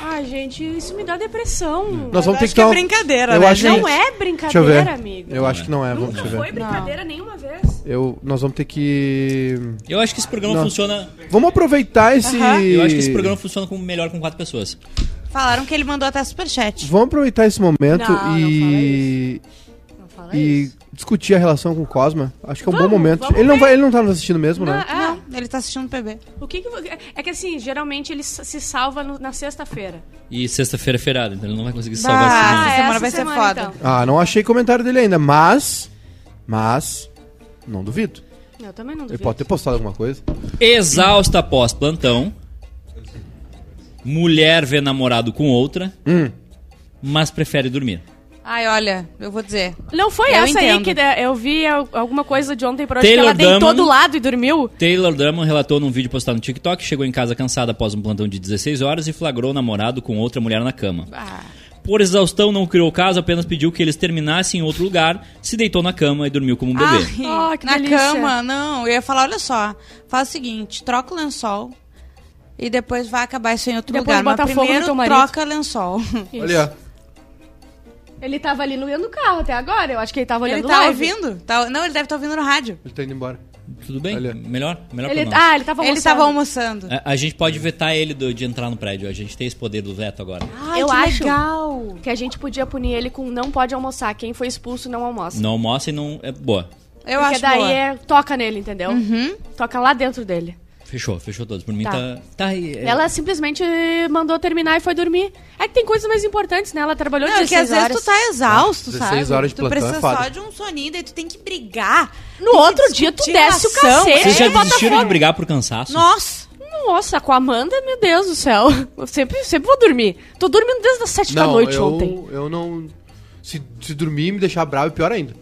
Ah, gente, isso me dá depressão.
Nós vamos ter
acho
que
que é
dar um-
brincadeira,
eu
né?
acho
Não
que-
é
Deixa eu ver.
brincadeira, amigo.
Eu acho que não é, vamos
Nunca
deixa eu
foi
ver.
brincadeira nenhuma vez.
Eu, nós vamos ter que.
Eu acho que esse programa
Não.
funciona.
Vamos aproveitar esse.
Aham.
Eu acho que esse programa funciona com, melhor com quatro pessoas.
Falaram que ele mandou até superchat.
Vamos aproveitar esse momento
Não, não
e.
Não fala
e discutir a relação com o Cosma. Acho que é um
Vamos,
bom momento.
vamos
Ele não,
ver.
vai, ele não tá nos assistindo mesmo,
Não,
né?
ah,
Não, ele tá assistindo o PB.
o que que vo- é que assim, geralmente ele s- se salva no- na sexta-feira.
E sexta-feira é feriado, então ele não vai conseguir se salvar esse
Ah,
mês.
essa semana vai ser foda.
Ah, não achei comentário dele ainda, mas. Mas. Não duvido.
então. Eu também não
Ele
duvido.
pode ter postado alguma coisa.
Exausta após plantão. Mulher vê namorado com outra, mas prefere dormir.
Ai, olha, eu vou dizer.
Não foi
Eu
essa aí
entendo.
que da- eu vi al- alguma coisa de ontem pra hoje que
Taylor
ela deitou
Dunham.
do lado e dormiu.
Taylor Drummond relatou num vídeo postado no TikTok que chegou em casa cansada após um plantão de 16 horas e flagrou o namorado com outra mulher na cama.
Ah.
Por exaustão, não criou caso, apenas pediu que eles terminassem em outro lugar, se deitou na cama e dormiu como um bebê.
Ai,
Ah, que
na
delícia.
cama, não. Eu ia falar, olha só, faz o seguinte, troca o lençol e depois vai acabar isso em outro
Depois
lugar.
bota
Mas
fogo no
primeiro
teu marido.
troca lençol.
Isso.
Olha,
Ele tava ali no dentro do carro até agora, eu acho que ele tava olhando
Ele tá
live.
ouvindo? Tá- não, ele deve estar ouvindo no rádio.
ele tá indo embora.
Tudo bem?
Olha.
Melhor? Melhor
Ah. Ele, tá-
pra nós.
ah, ele tava
Ele
almoçando.
tava Tá almoçando.
A, a gente pode vetar ele do- de entrar no prédio. A gente tem esse poder do veto agora.
Ai,
Eu
Ah, que
acho.
legal.
Que a gente podia punir ele com não pode almoçar. Quem foi expulso não almoça.
Não almoça e não... É boa.
Eu
Porque
acho
daí
boa. Uhum.
é toca nele, entendeu? Toca lá dentro dele.
Fechou, fechou todos. Por mim
Tá.
tá... Tá aí. é-
Ela simplesmente mandou terminar e foi dormir. É que tem coisas mais importantes, né? Ela trabalhou
Não, é que
16
às vezes
horas.
tu tá exausto, sabe?
16 horas de
tu
plantão é
precisa só
foda.
de um soninho, daí tu tem que brigar.
No outro dia tu desce o cacete.
Vocês já
Ele bota
desistiram de
fome.
brigar por cansaço?
Nossa!
Nossa, com a Amanda, meu Deus do céu. Eu sempre, sempre vou dormir. Tô dormindo desde as 7 da noite
eu,
ontem.
Eu não. Se, se dormir e me deixar bravo, é pior ainda.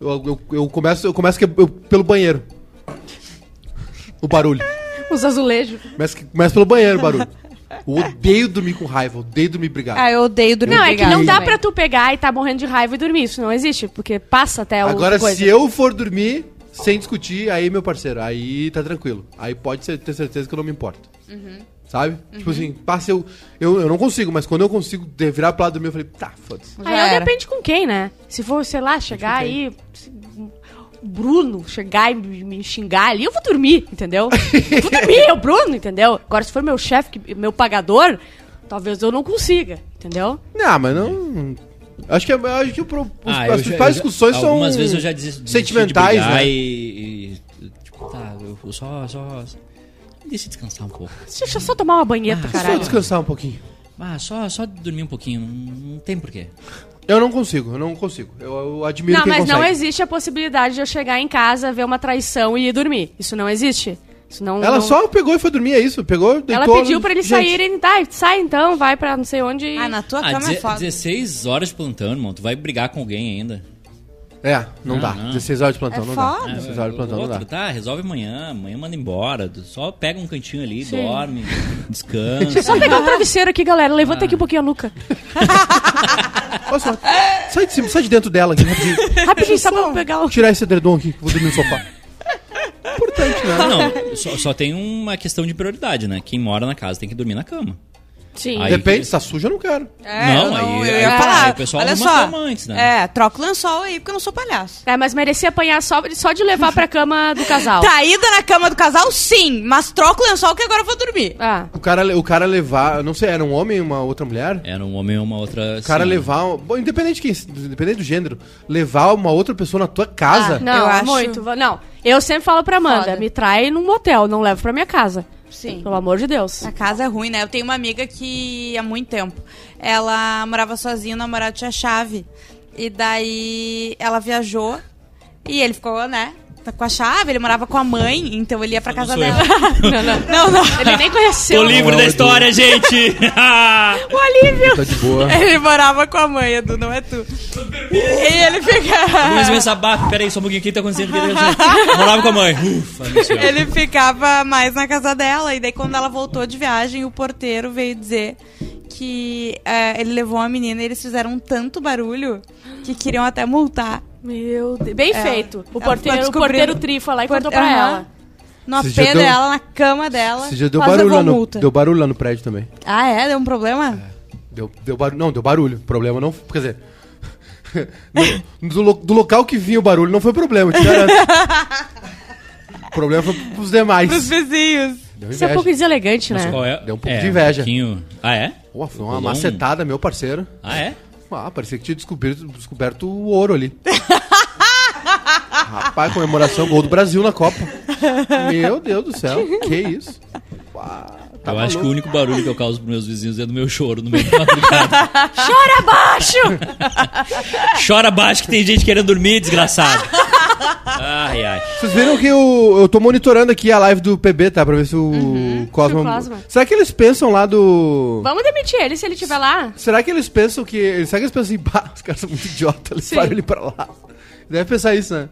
Eu, eu, eu começo, eu começo que- é, eu- pelo banheiro. O barulho.
Os azulejos.
Começa, que- começa pelo banheiro o barulho. Eu odeio dormir com raiva, eu odeio dormir brigado.
Ah, eu odeio dormir
Não, é que
brigada
não dá
também.
pra tu pegar e tá morrendo de raiva e dormir. Isso não existe, porque passa até o.
Agora,
É coisa.
se eu for dormir sem discutir, aí, meu parceiro, aí tá tranquilo. Aí pode ser- ter certeza que eu não me importo.
Uhum.
Sabe? Tipo assim, passa eu, eu. Eu não consigo, mas quando eu consigo de- virar pro lado do meu, eu falei, tá, foda-se.
Aí eu
Já era.
depende com quem, né? Se for, sei lá, chegar aí. se o Bruno chegar e me me xingar ali, eu vou dormir, entendeu? Eu vou dormir, é o Bruno, entendeu? Agora, se for meu chefe, que- meu pagador, talvez eu não consiga, entendeu?
Não, mas não. Acho que, é- acho que o pro- os-
Ah, eu
as
já-
principais
eu já-
discussões são.
Algumas vezes eu já desisti, desisti
sentimentais,
de brigar
né?
E, e- Tipo, tá, eu vou só... só... Deixa eu descansar um pouco.
Deixa eu só tomar uma banheta,
Só
caralho.
descansar um pouquinho.
Ah, só, só dormir um pouquinho. Não, não tem porquê.
Eu não consigo, eu não consigo. Eu, eu admiro
Não,
quem
mas
consegue.
não existe a possibilidade de eu chegar em casa, ver uma traição e ir dormir. Isso não existe. Isso não,
Ela
não-
só pegou e foi dormir, é isso? Pegou, deitou.
Ela pediu pra eles
Gente,
saírem, tá, sai então, vai pra não sei onde. e-
Ah, na tua
Ah,
um
cama é
deze-
foda.
16 horas de plantão, irmão. Tu vai brigar com alguém ainda.
É, não,
Não,
dá.
não.
16 horas de plantão,
É
não
foda.
dá. 16 horas de plantão, não
outro,
dá.
tá, resolve amanhã, amanhã manda embora. Tu Só pega um cantinho ali,
Sim.
dorme, descansa.
Só pegar o travesseiro aqui, galera.
Ah.
Levanta aqui um pouquinho a nuca.
Olha só, sai de cima, sai de dentro dela aqui rapidinho.
Rapidinho, só pra eu pegar um- o.
Vou tirar esse edredom aqui, que eu vou dormir no sofá. Importante, né?
Não, só, só tem uma questão de prioridade, né? Quem mora na casa tem que dormir na cama.
Sim.
Aí-
Depende, se tá sujo, eu não quero.
É,
Não,
eu não,
aí-
eu
aí
ia
o-
falar.
aí o pessoal
Olha
arruma
só.
cama antes, né?
É, troca o lençol aí, porque eu não sou palhaço.
É, mas merecia apanhar só, só de levar pra cama do casal.
Traída na cama do casal, sim, mas troca o lençol que agora eu vou dormir.
Ah.
O cara, o cara levar, eu não sei, era um homem e uma outra mulher?
Era um homem ou uma outra. assim.
O cara levar, um- bom, independente de quem, independente do gênero, levar uma outra pessoa na tua casa.
Ah,
Não,
Eu
é
acho-
muito. va- Não, eu sempre falo pra Amanda,
Foda.
me trai num motel, não levo pra minha casa.
Sim.
Pelo amor de Deus.
A casa é ruim, né? Eu tenho uma amiga que há muito tempo ela morava sozinha, o namorado tinha chave. E daí ela viajou e ele ficou, né? Com a chave, ele morava com a mãe, então ele ia pra casa
sou eu.
dela.
Não, não.
Não, não.
Ele nem conheceu.
Tô livre
é
da história, gente!
Ah.
O alívio.
Tá de boa.
Ele morava com a mãe, Edu, não é tu. E ele fica.
Ah.
Luiz Messabato, peraí, só um pouquinho, o que tá acontecendo? O que tá acontecendo? Morava com a mãe. É. Ufa, meu senhor.
Ele ficava mais na casa dela. E daí, quando ela voltou de viagem, o porteiro veio dizer que é, ele levou a menina e eles fizeram tanto barulho que queriam até multar.
Meu Deus. Bem
Ela-
feito. É. O
ela
porteiro, o
ficou
porteiro
descobrindo.
tri foi lá e
Porte-
contou pra
Aham.
ela.
No AP
Esse dia deu-
dela, na cama dela.
Esse dia deu
mas
barulho,
levou
lá no,
multa.
deu barulho lá no prédio também.
Ah, é? Deu um problema?
Deu, deu barulho. Não, deu barulho. Problema não. Quer dizer. no- do, lo- do local que vinha o barulho não foi problema, eu te garanto. o problema foi pros demais.
Pros vizinhos.
Deu
Isso é um
inveja.
pouco deselegante, né?
Qual é?
Deu um pouco
É,
de inveja.
pouquinho. Ah, é?
Ué, foi
Rolou
uma
um-
macetada, meu parceiro.
Ah, é?
Ah, parecia que tinha descoberto, descoberto o ouro ali. Rapaz, comemoração, gol do Brasil na Copa. Meu Deus do céu, que isso? Pá, tá
eu acho que o
maluco.
único barulho que eu causo pros meus vizinhos é do meu choro no meio da madrugada.
Chora abaixo!
Chora baixo que tem gente querendo dormir, desgraçado. Ai, ai.
Vocês viram que o- eu tô monitorando aqui a live do PB, tá? Pra ver se o Cosmo...
se o Uhum, Cosmo.
Será que eles pensam lá do...
Vamos demitir ele se ele estiver lá.
Será que eles pensam que... Será que eles pensam assim, bah, os caras são muito idiotas, eles param ele pra lá. Deve pensar isso, né?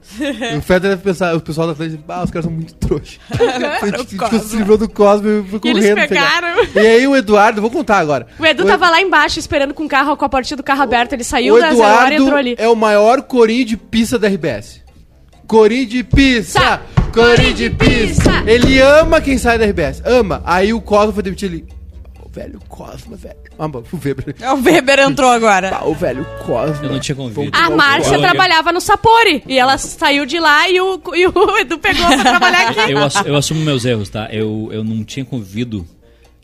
o Feta deve pensar, o pessoal da frente, bah, os caras são muito trouxa. a gente a gente se livrou do Cosmo e foi
E
correndo.
eles
pegar.
pegaram.
E aí o Eduardo, vou contar agora.
O Edu tava lá embaixo esperando com o carro, com a porta do carro aberta. Ele saiu
o
da zero hora e
Eduardo
entrou ali.
é o maior corinho de pizza da RBS. Corinho de pizza!
Sa-
Corinho de pizza!
pizza!
Ele ama quem sai da RBS, ama. Aí o Cosmo foi demitido ele. o velho Cosma, velho. Ah, mano, o Weber.
É, O Weber entrou agora.
Ah, o velho Cosma.
Eu não tinha convido.
Ah,
A Márcia
Olha.
trabalhava no Sapori. E ela saiu de lá e o, e o Edu pegou pra trabalhar aqui.
Eu, assu- eu assumo meus erros, tá? Eu, eu não tinha convido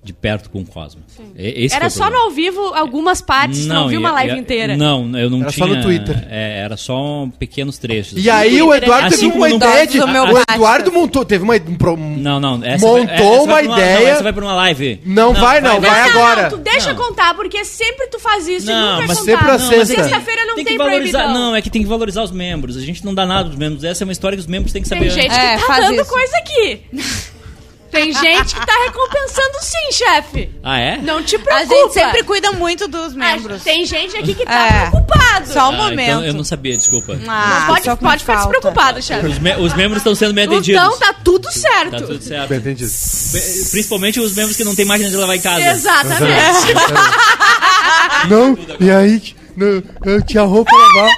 de perto com o Cosmo. E- esse foi
Era
o
só no
problema.
ao vivo algumas partes, não, não viu
e-
uma live
e-
inteira.
Não, eu não
Era
tinha.
só no Twitter.
É, era só pequenos trechos.
E aí o
é
Eduardo
Assim
teve
como
uma
no
ideia
caso
de.
do meu
O
Batman.
Eduardo montou. Teve uma. um pro- um-
Não, não. Essa
Montou
vai- essa
uma
vai pra uma-
ideia.
Não, essa vai pra uma live.
Não vai, não, vai
não,
agora.
tu deixa
Não.
contar, porque sempre tu faz isso e
Não,
nunca é
mas
contado.
sempre a
mas é que-
sexta.
Sexta-feira não tem,
que valorizar.
proibidão.
Não, é que tem que valorizar os membros. A gente não dá nada dos membros. Essa é uma história que os membros têm que saber.
Tem gente
É,
que tá
faz
dando
isso.
coisa aqui. Tem gente que tá recompensando sim, chefe.
Ah, é?
Não te preocupa.
A gente sempre cuida muito dos
Ah,
membros.
Tem gente aqui que tá
É.
preocupado.
Só
Ah,
um momento.
Então eu não sabia, desculpa.
Ah,
pode
só que
pode ficar
falta.
despreocupado, chefe.
Os, me- os membros estão sendo bem atendidos.
Então tá tudo certo.
Tá tudo certo.
Bem entendido.
Pe- Principalmente os membros que não tem máquina de lavar em casa.
Exatamente. Ah!
Não, e aí. Não, eu tinha roupa lá.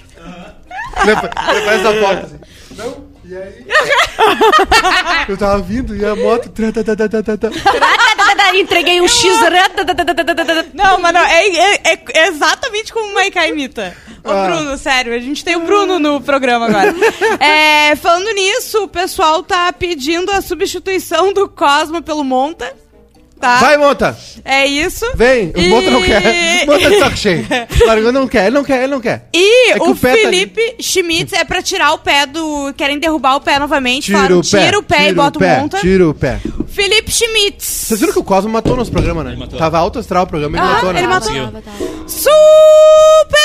assim!
Prepara essa porta assim. Não, e aí. Eu tava vindo e a moto. tra- tá- tá- tá- tá- tá- tá.
Entreguei um X.
Não, mas não, é, é- é exatamente como o Maiká imita. Ô,
Ah.
Bruno, sério, a gente tem o Bruno no programa agora. É, falando nisso, o pessoal tá pedindo a substituição do Cosma pelo Monta. Tá?
Vai, monta!
É isso.
Vem! O
E-
Monta não quer! Monta de saco cheio! Largou, não quer, ele não quer, ele não quer!
E
É que
o,
o pé tá
Felipe Schmitz é pra tirar o pé do. Querem derrubar o pé novamente.
Tira
falaram,
o pé!
tira o pé e bota
pé,
o monta.
Tira o pé!
Felipe Schmitz.
Vocês viram que o Cosmo matou nosso programa, né?
matou.
Tava alto astral o programa, ele
Ah,
matou, né?
ele matou.
Conseguiu. De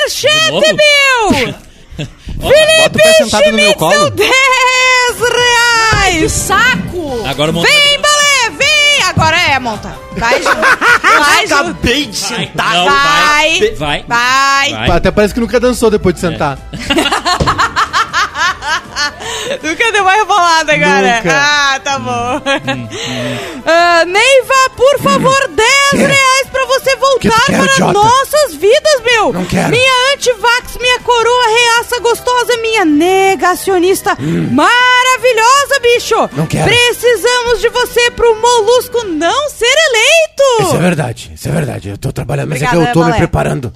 Superchat,
novo?
Bill!
Bota o pé sentado no meu
Deu
colo.
10
Que
reais!
saco!
Agora monta.
Vem, balé, vem! Agora é, monta. Vai, Ju. Vai, Ju.
Acabei de
Vai, não,
Vai.
vai, vai,
Vai.
vai.
Até parece que nunca dançou depois de sentar.
Nunca deu mais rebolada agora.
Nunca.
Ah, tá bom.
Hum,
Ah, Neiva, por favor, 10 reais pra você voltar
quero,
para
idiota?
nossas vidas, meu.
Não quero.
Minha antivax, minha coroa reaça gostosa, minha negacionista maravilhosa, bicho.
Hum. Não quero.
Precisamos de você pro Molusco não ser eleito.
Isso é verdade, isso é verdade. Eu tô trabalhando, mas é
Obrigada,
que eu tô me
Balé.
preparando.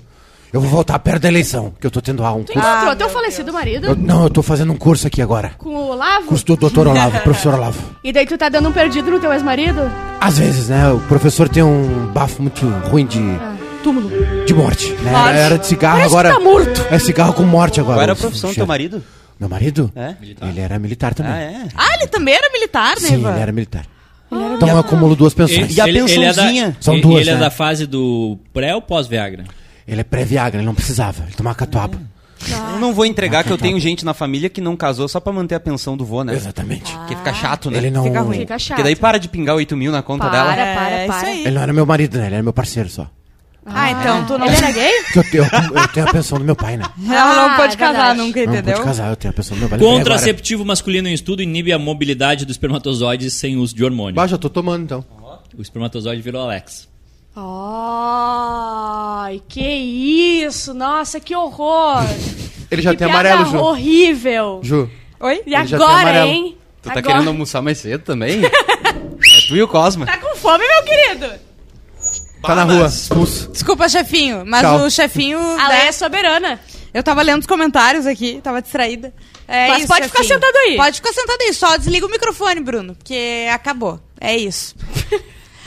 Eu vou voltar perto da eleição, que eu tô tendo ah, um
Tu
curso.
encontrou teu falecido marido
Eu- não, eu tô fazendo um curso aqui agora.
com o Olavo?
Curso do doutor Olavo, professor Olavo.
E daí tu tá dando um perdido no teu ex-marido?
Às vezes, né, o professor tem um bafo muito ruim de,
É, Túmulo.
de morte, né?
Morte.
Era de cigarro,
Parece
agora...
que tá morto.
É cigarro com morte agora.
Qual era a
o
profissão do
cheiro.
teu marido?
Meu marido?
É?
Ele era militar também.
Ah, é?
Ah, ele também era militar,
Sim,
Neiva?
ele era é militar. então eu acumulo duas pensões.
E a pensãozinha?
é da,
São
e-
duas,
Ele é
né?
da fase do pré ou pós-Viagra?
Ele é pré-viagra, ele não precisava. Ele tomava catuaba.
Hum.
Ah.
Eu não vou entregar que eu tenho gente na família que não casou só pra manter a pensão do vô, né?
Exatamente.
Ah,
Porque fica chato, né?
é
Ele não...
Fica ruim.
Fica chato.
Porque daí para de pingar 8 mil na conta
Para,
dela.
para,
É,
para.
isso aí.
Ele não era meu marido, né? Ele era meu parceiro só.
Ah, então tu não...
é? Ele era gay?
Porque eu, tenho- eu tenho a pensão do meu pai, né?
Ela não
Ah,
pode
é
casar
verdade.
nunca,
Não
entendeu?
pode casar, eu tenho a pensão do meu pai. Lembrei agora.
Contraceptivo masculino em estudo inibe a mobilidade do espermatozoide sem uso de hormônio.
Baixa, eu tô tomando então.
O espermatozoide virou Alex.
Ai, que isso! Nossa, que horror!
Ele já
que
tem
piada
amarelo, Ju.
horrível!
Ju.
Oi?
E
já tem
agora,
amarelo.
hein?
Tu tá
agora...
querendo almoçar mais cedo também? é tu e o Cosma.
Tá com fome, meu querido?
Tá na rua, expulso.
Desculpa, chefinho, mas
Tchau.
o chefinho.
A
né,
Leia é soberana.
Eu tava lendo os comentários aqui, tava distraída. É
Mas
isso,
pode ficar
chefinho.
sentado aí.
Pode ficar sentado aí, só desliga o microfone, Bruno, porque acabou. É isso.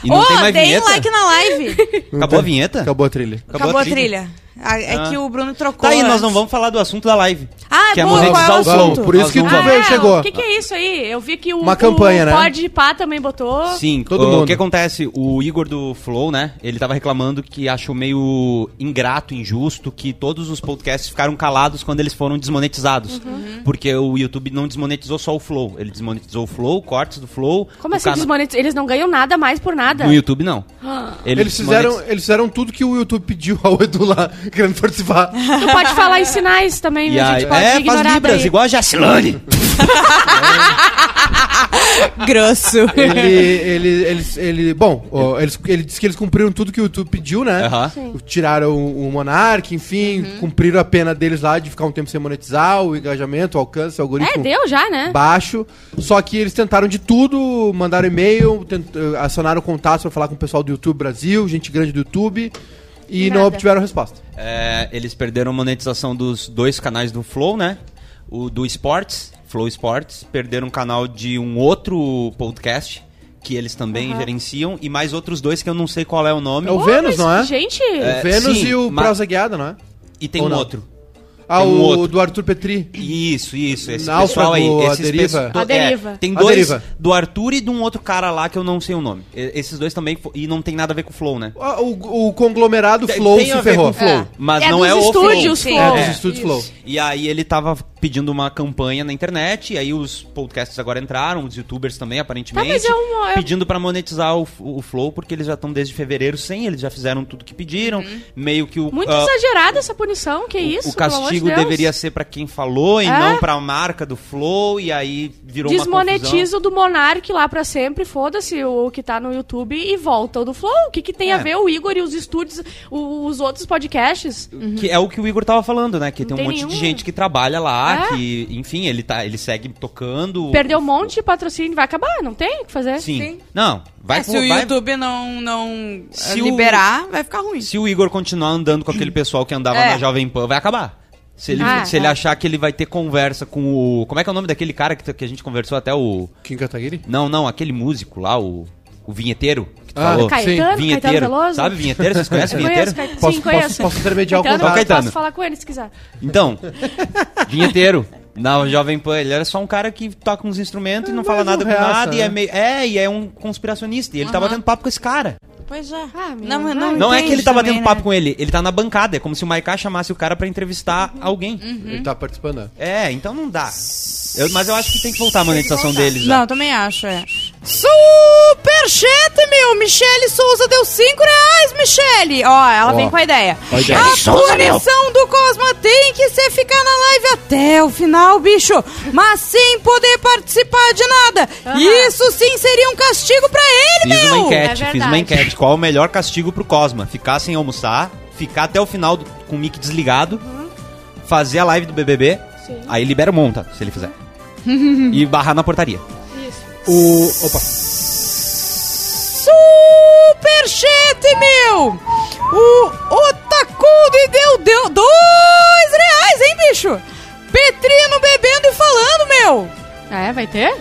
E não
Ô,
tem mais
deem
vinheta?
like na live.
Acabou a vinheta?
Acabou a trilha.
Acabou, a trilha. Ah, É
Ah.
que o Bruno trocou.
Tá aí, nós não
antes.
vamos falar do assunto da live.
Ah,
que é
boa,
monetizar
qual é o
o som.
assunto?
Por isso que
Nós
tu
não
veio.
vamos.
Ah,
chegou.
O que, que é isso aí? Eu vi que o,
Uma campanha,
o
né?
Pode Pá também botou.
Sim, ah,
Todo
o,
mundo.
o que acontece? O Igor do Flow, né? Ele tava reclamando que achou meio ingrato, injusto, que todos os podcasts ficaram calados quando eles foram desmonetizados.
Uhum.
Porque o YouTube não desmonetizou só o Flow. Ele desmonetizou o Flow, cortes do Flow.
Como
o
assim
cana-
desmonetizam? Eles não ganham nada mais por nada.
No YouTube, não.
Eles fizeram, eles fizeram tudo que o YouTube pediu ao Edu lá, querendo participar.
Tu pode falar em sinais também,
E
a
aí,
gente pode
é, faz
ignorar
libras,
daí.
igual a Jacilane.
Grosso.
Ele, ele, eles, ele, bom, ó, eles, ele disse que eles cumpriram tudo que o YouTube pediu, né?
Aham.
Tiraram o, o Monark, enfim,
Uhum.
cumpriram a pena deles lá de ficar um tempo sem monetizar, o engajamento, o alcance, o algoritmo.
É, deu já, né?
baixo. Só que eles tentaram de tudo, mandaram e-mail, tent- eh, acionaram contatos pra falar com o pessoal do YouTube Brasil, gente grande do YouTube, e não
Nada.
obtiveram resposta.
É, eles perderam a monetização dos dois canais do Flow, né? O do Sports, Flow Sports, perderam o canal de um outro podcast que eles também gerenciam e mais outros dois que eu não sei qual é o nome.
É o
Pô,
Vênus,
mas,
não é?
Gente,
o Vênus
sim,
e o
mas-
Prosa Guiada, não é?
E tem
Ou
um
não?
outro.
Ah,
Tem um
o
outro.
do Arthur Petri.
Isso, isso. Esse
Náufrago,
pessoal aí.
A
Esses
Deriva.
pesso-
A Deriva.
tem
A
dois.
Deriva.
Do Arthur e de um outro cara lá que eu não sei o nome. E- esses dois também. fo- E não tem nada a ver com o Flow, né?
Ah, O, o conglomerado
Tem-
Flow
tem a
se
ver
ferrou.
com o Flow,
É.
mas
É
não
dos
é o
estúdios,
Flow.
sim.
É,
Flow.
dos estúdios
Isso.
Flow.
E aí ele tava pedindo uma campanha na internet, e aí os podcasts agora entraram, os youtubers também, aparentemente,
Tá, mas é uma- é-
pedindo pra monetizar o, o Flow, porque eles já estão desde fevereiro sem, eles já fizeram tudo que pediram, meio que o...
Uhum. Muito
ah,
exagerada essa punição, que isso?
o
pelo amor de
castigo
Deus.
deveria ser pra quem falou e
É.
não pra marca do Flow, e aí virou uma confusão.
Desmonetiza o do Monark lá pra sempre, foda-se o que tá no YouTube e volta o do Flow. O que, que tem
É.
a ver o Igor e os estúdios, o- os outros podcasts?
Que é o que o Igor tava falando, né? Que
Não
tem um
tem
monte de
nenhum.
gente que trabalha lá,
É.
que, enfim, ele, tá, ele segue tocando.
Perdeu um monte de patrocínio, vai acabar, não tem o que fazer.
Sim.
Sim.
Não, vai
É,
com-
se o
vai-
YouTube não, não eh,
Se o-
liberar, vai ficar ruim.
Se o Igor continuar andando com aquele pessoal que andava
É.
na Jovem Pan, vai acabar. Se ele,
Ah,
se ele
é.
achar que ele vai ter conversa com o. Como é que é o nome daquele cara que, tu- que a gente conversou até o.
Kim Kataguiri?
Não, não, aquele músico lá, o. O vinheteiro que tu
Ah,
falou.
Caetano,
Caetano Veloso?
Sabe vinheteiro? Vocês conhecem vinheteiro?
Conheço, Caetano.
Posso-
Sim,
posso-
conheço. Então
posso intermediar o
Caetano,
contato? Caetano.
Posso falar com ele se quiser.
Então, vinheteiro. Na Jovem Pan, ele era só um cara que toca uns instrumentos e não fala
mais
nada
um
com
reaça,
nada. E é
né?
meio. É, e é um conspiracionista. E ele tá
Aham.
batendo papo com esse cara.
Pois é.
Ah, meu,
não,
vai.
não,
Não é que ele tá
também,
batendo
né?
papo com ele, ele tá na bancada. É como se o Maiká chamasse o cara pra entrevistar alguém.
Ele tá participando. né?
É, então não dá. Eu- mas eu acho que tem que voltar a monetização deles.
Não,
Né?
eu também acho, é. Superchat, meu! Michele Souza deu 5 reais, Michele! Ó, ela
Ó,
vem com a ideia.
a ideia.
A
Souza, meu!
punição do Cosma tem que ser ficar na live até o final, bicho! Mas sem poder participar de nada! Isso sim seria um castigo pra ele,
Fiz uma
meu!
É
enquete,
verdade.
fiz uma enquete. Qual é o melhor castigo pro Cosma? Ficar sem almoçar, ficar até o final do- com o mic desligado, fazer a live do BBB,
Sim.
aí libera o monta, se ele fizer. e barrar na portaria.
Uhum.
O, opa,
Superchat, meu! O Otacudo deu, deu dois reais, hein, bicho? Petrino bebendo e falando, meu!
Ah, é? Vai ter?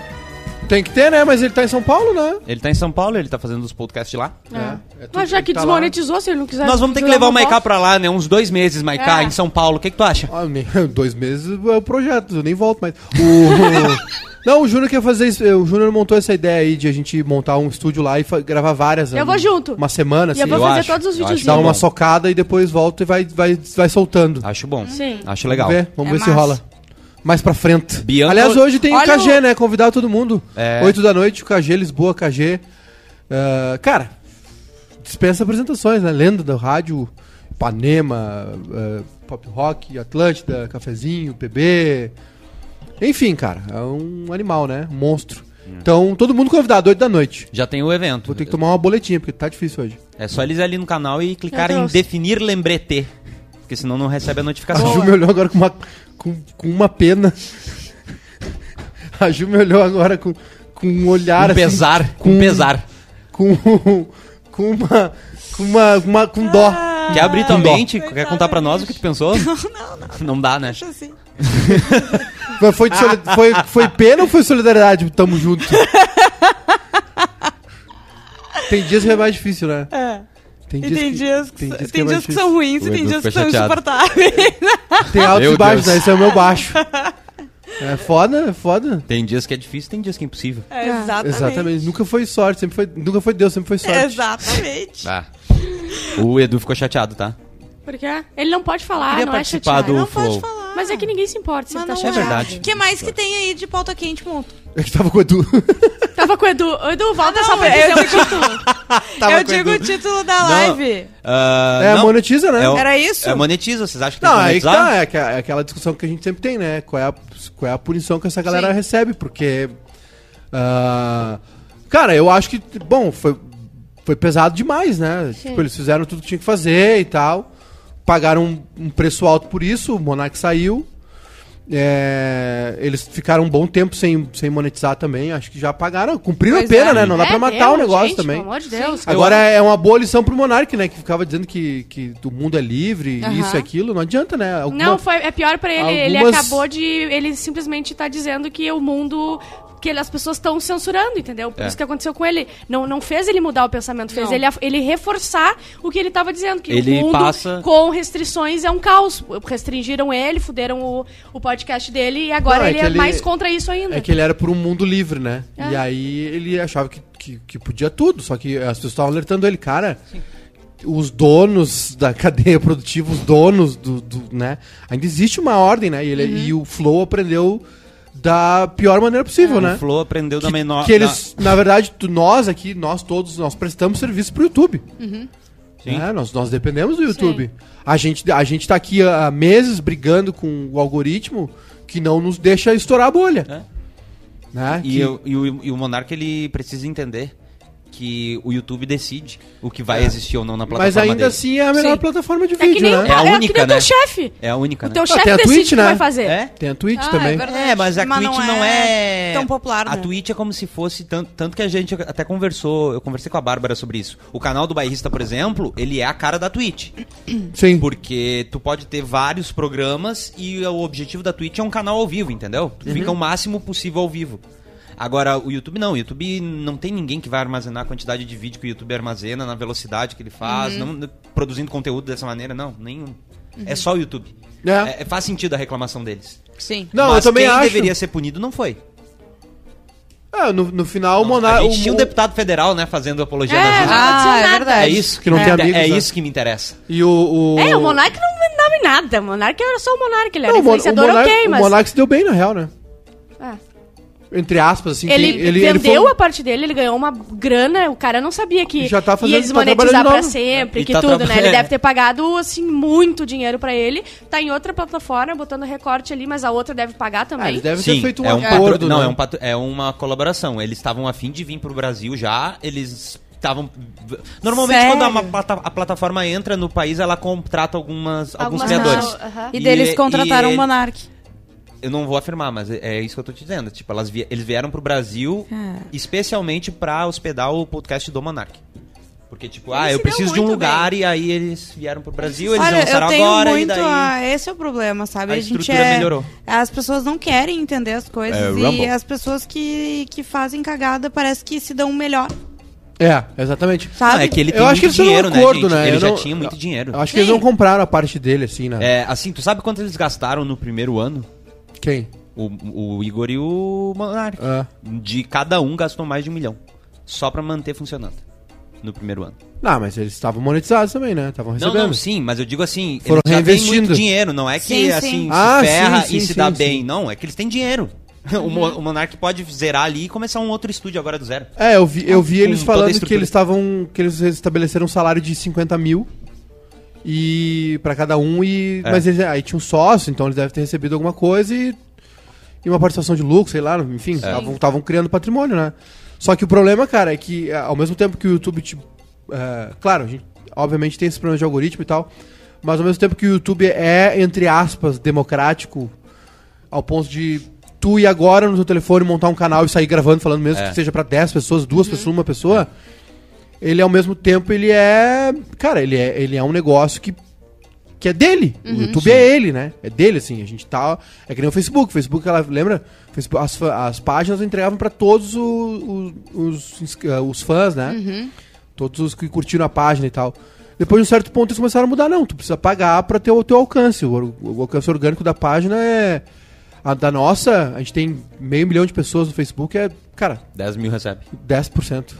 tem que ter, né? Mas ele tá em São Paulo, né?
Ele tá em São Paulo, ele tá fazendo os podcasts lá.
É, é tudo
Mas já
tem
que
tá lá.
desmonetizou, se ele não quiser...
Nós vamos ter que
jogar
levar o
uma bola.
Maiká pra lá, né? Uns dois meses, Maiká,
É.
em São Paulo. O que, que tu acha?
Ah, nem- dois meses é o projeto, eu nem volto mais. O- não, o Júnior quer fazer isso. O Júnior montou essa ideia aí de a gente montar um estúdio lá e fa- gravar várias.
Eu
um-
vou junto.
Uma semana,
E eu
assim.
vou
eu
fazer
acho,
todos os
eu acho.
videozinhos.
Dá uma
Bom.
socada e depois volta e vai, vai, vai soltando.
Acho bom.
Sim.
Acho legal.
Vamos ver, vamos
É
ver se
massa.
rola. Mais pra frente.
Bianca-
Aliás, hoje tem
Olha
KG,
o-
né? Convidar todo mundo.
É.
Oito da noite, o KG, Lisboa, KG. Ah, cara, dispensa apresentações, né? Lenda do rádio, Ipanema, ah, Pop Rock, Atlântida, Cafezinho, PB. Enfim, cara, é um animal, né? Um monstro.
Hum.
Então, todo mundo convidado, oito da noite.
Já tem o evento.
Vou ter que tomar uma boletinha, porque tá difícil hoje.
É só eles ir ali no canal e clicar
Meu
em
Deus.
definir lembrete. Porque senão não recebe a
A Ju
notificação.
me olhou agora com uma, com, com uma pena. A Ju me olhou agora com, com um olhar
Com
assim,
pesar, com pesar.
com, com uma. Com uma. uma- com dó.
Quer abrir
Com dó.
também? Quer contar pra nós o que tu pensou? Não, não, não. Não dá, né?
assim.
Mas foi, de soli- foi, foi pena ou foi solidariedade? Tamo junto. Tem dias que é mais difícil, né?
É.
Tem
E
dias,
tem
que,
dias que,
tem
so-
dias que
tem
é mais
dias que
difícil.
são ruins e
O
tem
Edu
dias que
ficou
são
chateado.
insuportáveis.
Tem altos
Meu
e baixos,
Deus.
né? Esse é o meu baixo. É foda, é foda.
Tem dias que é difícil, tem dias que é impossível.
É, exatamente.
Exatamente. Nunca foi sorte, sempre foi, nunca foi Deus, sempre foi sorte.
Exatamente.
Ah. O Edu ficou chateado, tá?
Por quê? Ele não pode falar,
Queria
não é
participar
chateado.
do
Não pode
Flow.
falar.
Mas é que ninguém se importa se
Mas
ele tá
não
chateado.
É verdade.
O que mais que tem aí de pauta quente, Monto?
Eu que tava com o Edu.
Tava com o Edu. Ô, Edu, volta
Ah,
só
é.
não,
pra
eu
dizer o título.
Tava
eu
com
digo
Edu.
o título da
Não.
live.
Ah,
É,
não.
monetiza, né?
É o-
Era isso?
É monetiza, vocês acham que tem
Não,
que
aí que
monetizar?
tá, é aqua- é aquela discussão que a gente sempre tem, né? Qual é a, qual é a punição que essa galera
Sim.
recebe, porque. ah, cara, eu acho que, bom, foi, foi pesado demais, né? Tipo, eles fizeram tudo que tinha que fazer e tal. Pagaram um, um preço alto por isso, o Monark saiu. É, eles ficaram um bom tempo sem, sem monetizar também, acho que já pagaram, cumpriram
Pois
a pena,
é.
né? Não dá pra matar
deu,
o negócio
gente,
também.
Pelo amor de Deus.
Agora é uma boa lição pro Monark, né? Que ficava dizendo que, que o mundo é livre,
Aham.
isso e aquilo. Não adianta, né? Alguma-
Não, foi, é pior pra ele. Ele
Algumas-
acabou de. Ele simplesmente tá dizendo que o mundo. Que ele- as pessoas estão censurando, entendeu? Por
É.
isso que aconteceu com ele. Não, não fez ele mudar o pensamento, fez
Não.
ele, af- ele reforçar o que ele tava dizendo. Que
Ele
o mundo
passa-
com restrições é um caos. Restringiram ele, fuderam o, o podcast dele e agora
Não, é
ele
que
é
ele-
mais contra isso ainda.
É que ele era por um mundo livre, né?
É.
E aí ele achava que, que, que podia tudo, só que as pessoas estavam alertando ele, cara. Os donos da cadeia produtiva, os donos do, do- né? Ainda existe uma ordem, né? E, ele,
Uhum.
e o Flow aprendeu da pior maneira possível,
É.
né?
O Flow aprendeu da menor.
que eles, na verdade, tu- nós aqui, nós todos, nós prestamos serviço pro YouTube.
Uhum.
Sim.
Né? Nós, nós dependemos do YouTube. A gente, a gente tá aqui há meses brigando com o algoritmo que não nos deixa estourar a bolha.
É.
Né?
E,
Que-
eu- e o, e o Monarca ele precisa entender que o YouTube decide o que vai existir ou não na plataforma
É. mas ainda
dele.
assim é a melhor
Sim.
plataforma de
É que
vídeo,
nem o
né?
É
pa-
a
é que
única,
nem o teu
né?
chefe.
É a única,
O
né?
teu
tem
chefe
a
decide
Twitch,
o que
né?
vai fazer.
É?
Tem a Twitch
Ah,
também.
verdade.
É, mas a Twitch não, é...
tão popular,
A
né?
Twitch é como se fosse... Tanto, tanto que a gente até conversou... Eu conversei com a Bárbara sobre isso. O canal do Bairrista, por exemplo, ele é a cara da Twitch.
Sim.
Porque tu pode ter vários programas e o objetivo da Twitch é um canal ao vivo, entendeu? Tu fica o máximo possível ao vivo. Agora, o YouTube não. O YouTube não tem ninguém que vai armazenar a quantidade de vídeo que o YouTube armazena, na velocidade que ele faz, não, produzindo conteúdo dessa maneira, não. Nenhum. É só o YouTube.
É.
É- faz sentido a reclamação deles.
Sim.
Não,
Mas
eu também
quem
acho.
deveria ser punido não foi.
Ah, no, no final, o
Nossa,
Monar...
a gente
o-
tinha um deputado federal, né, fazendo apologia
É,
das
já-
urnas.
aconteceu
Ah, é
nada.
verdade.
É isso
Que não tem amigos, né?
É isso que me interessa.
E o... o...
É, o Monark não dava em nada. O Monark era só o Monark. Ele era
Não, o Mon-
influenciador,
o Monark,
ok, mas.
O Monark se deu bem, na real, né?
É.
Entre aspas, assim.
Ele,
que
vendeu
foi-
a parte dele, ele ganhou uma grana, o cara não sabia que
E já tá fazendo-
ia
tá trabalhando
desmonetizar
de
pra
novo.
sempre,
E
que
tá
tudo, né?
trabalhando.
Ele deve ter pagado, assim, muito dinheiro pra ele. Tá em outra plataforma, botando recorte ali, mas a outra deve pagar
Ah,
também.
eles devem ter
Sim,
feito um
é um
acordo,
patro- Não,
né?
é, um patro- é uma colaboração. Eles estavam a fim de vir pro Brasil já, eles estavam... Normalmente
Sério?
quando uma plata- a plataforma entra no país, ela contrata algumas, alguns
Algumas
criadores.
pessoas, aham.
E deles
E-
contrataram
e-
o Monark.
Eu não vou afirmar, mas é- é isso que eu tô te dizendo. Tipo, elas vie- eles vieram pro Brasil
Ah.
especialmente pra hospedar o podcast do Monark. Porque, tipo,
Ele
ah,
se
eu
deu
preciso de um
muito
lugar e aí eles vieram pro Brasil, eles
Olha, eu
lançaram
tenho
agora
muito
e daí...
a... Esse é o problema, sabe?
A
A, gente
estrutura
é...
melhorou.
As pessoas não querem entender as coisas.
É,
e
Rumble.
as pessoas que, que fazem cagada parece que se dão melhor,
É, exatamente.
Não,
sabe?
é que ele
Eu
tem
acho
muito
que eles têm um
dinheiro,
acordo,
né, gente?
né?
Ele
Eu
já
não-
tinha muito dinheiro.
Eu acho que eles não compraram a parte dele, assim, né?
É, assim, tu sabe quanto eles gastaram no primeiro ano?
Quem?
O, o Igor e o Monark.
Ah.
De cada um gastou mais de um milhão. Só pra manter funcionando. No primeiro ano.
Não, mas eles estavam monetizados também, né? Estavam
Não,
recebendo.
não, sim, mas eu digo assim,
Foram
eles já têm
reinvestindo.
muito dinheiro, não é que
Sim, sim.
assim
Ah,
se
sim,
ferra
sim,
e se
sim,
dá
sim.
bem. Não, é que eles têm dinheiro. O, Mo- o Monark pode zerar ali e começar um outro estúdio agora do zero.
É, eu vi, eu vi
Com
eles
toda a
falando que
estrutura.
eles estavam. que eles estabeleceram um salário de 50 mil e para cada um e.
É.
Mas eles, aí tinha um sócio, então eles devem ter recebido alguma coisa e. E uma participação de lucro, sei lá,
É.
enfim, estavam estavam criando patrimônio, né? Só que o problema, cara, é que é, ao mesmo tempo que o YouTube te. é, claro, a gente, obviamente tem esse problema de algoritmo e tal. Mas ao mesmo tempo que o YouTube é, entre aspas, democrático, ao ponto de tu ir agora no teu telefone montar um canal e sair gravando falando mesmo
É.
que seja pra 10 pessoas, duas pessoas, uma pessoa, ele ao mesmo tempo ele é, cara, ele é ele é um negócio que que é dele. O YouTube é ele, né? É dele assim, a gente tá é que nem o Facebook, o Facebook ela lembra, Facebook, as, fa- as páginas entregavam pra todos o- o- os inscri- ah, os fãs, né? Todos os que curtiram a página e tal. Depois de um certo ponto eles começaram a mudar, não. Tu precisa pagar pra ter o teu alcance. O, or- o alcance orgânico da página é. A da nossa, a gente tem meio milhão de pessoas no Facebook, é, cara,
10 mil recebe.
10%.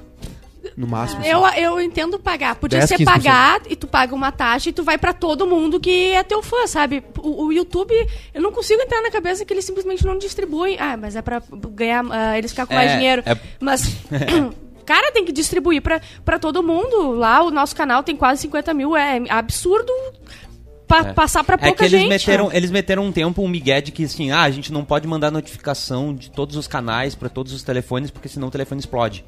No máximo.
Eu, eu entendo pagar. Podia
10,
ser
15%.
pagar e tu paga uma taxa e tu vai pra todo mundo que é teu fã, sabe? O, o YouTube, eu não consigo entrar na cabeça que eles simplesmente não distribuem. Ah, mas é pra ganhar, ah, eles ficarem com mais
É,
dinheiro.
é-
Mas. Cara, tem que distribuir pra, pra todo mundo. Lá o nosso canal tem quase 50 mil. É absurdo pa- passar pra
É
pouca
que eles
gente.
meteram, eles meteram um tempo um migué de que assim, ah, a gente não pode mandar notificação de todos os canais pra todos os telefones, porque senão o telefone explode.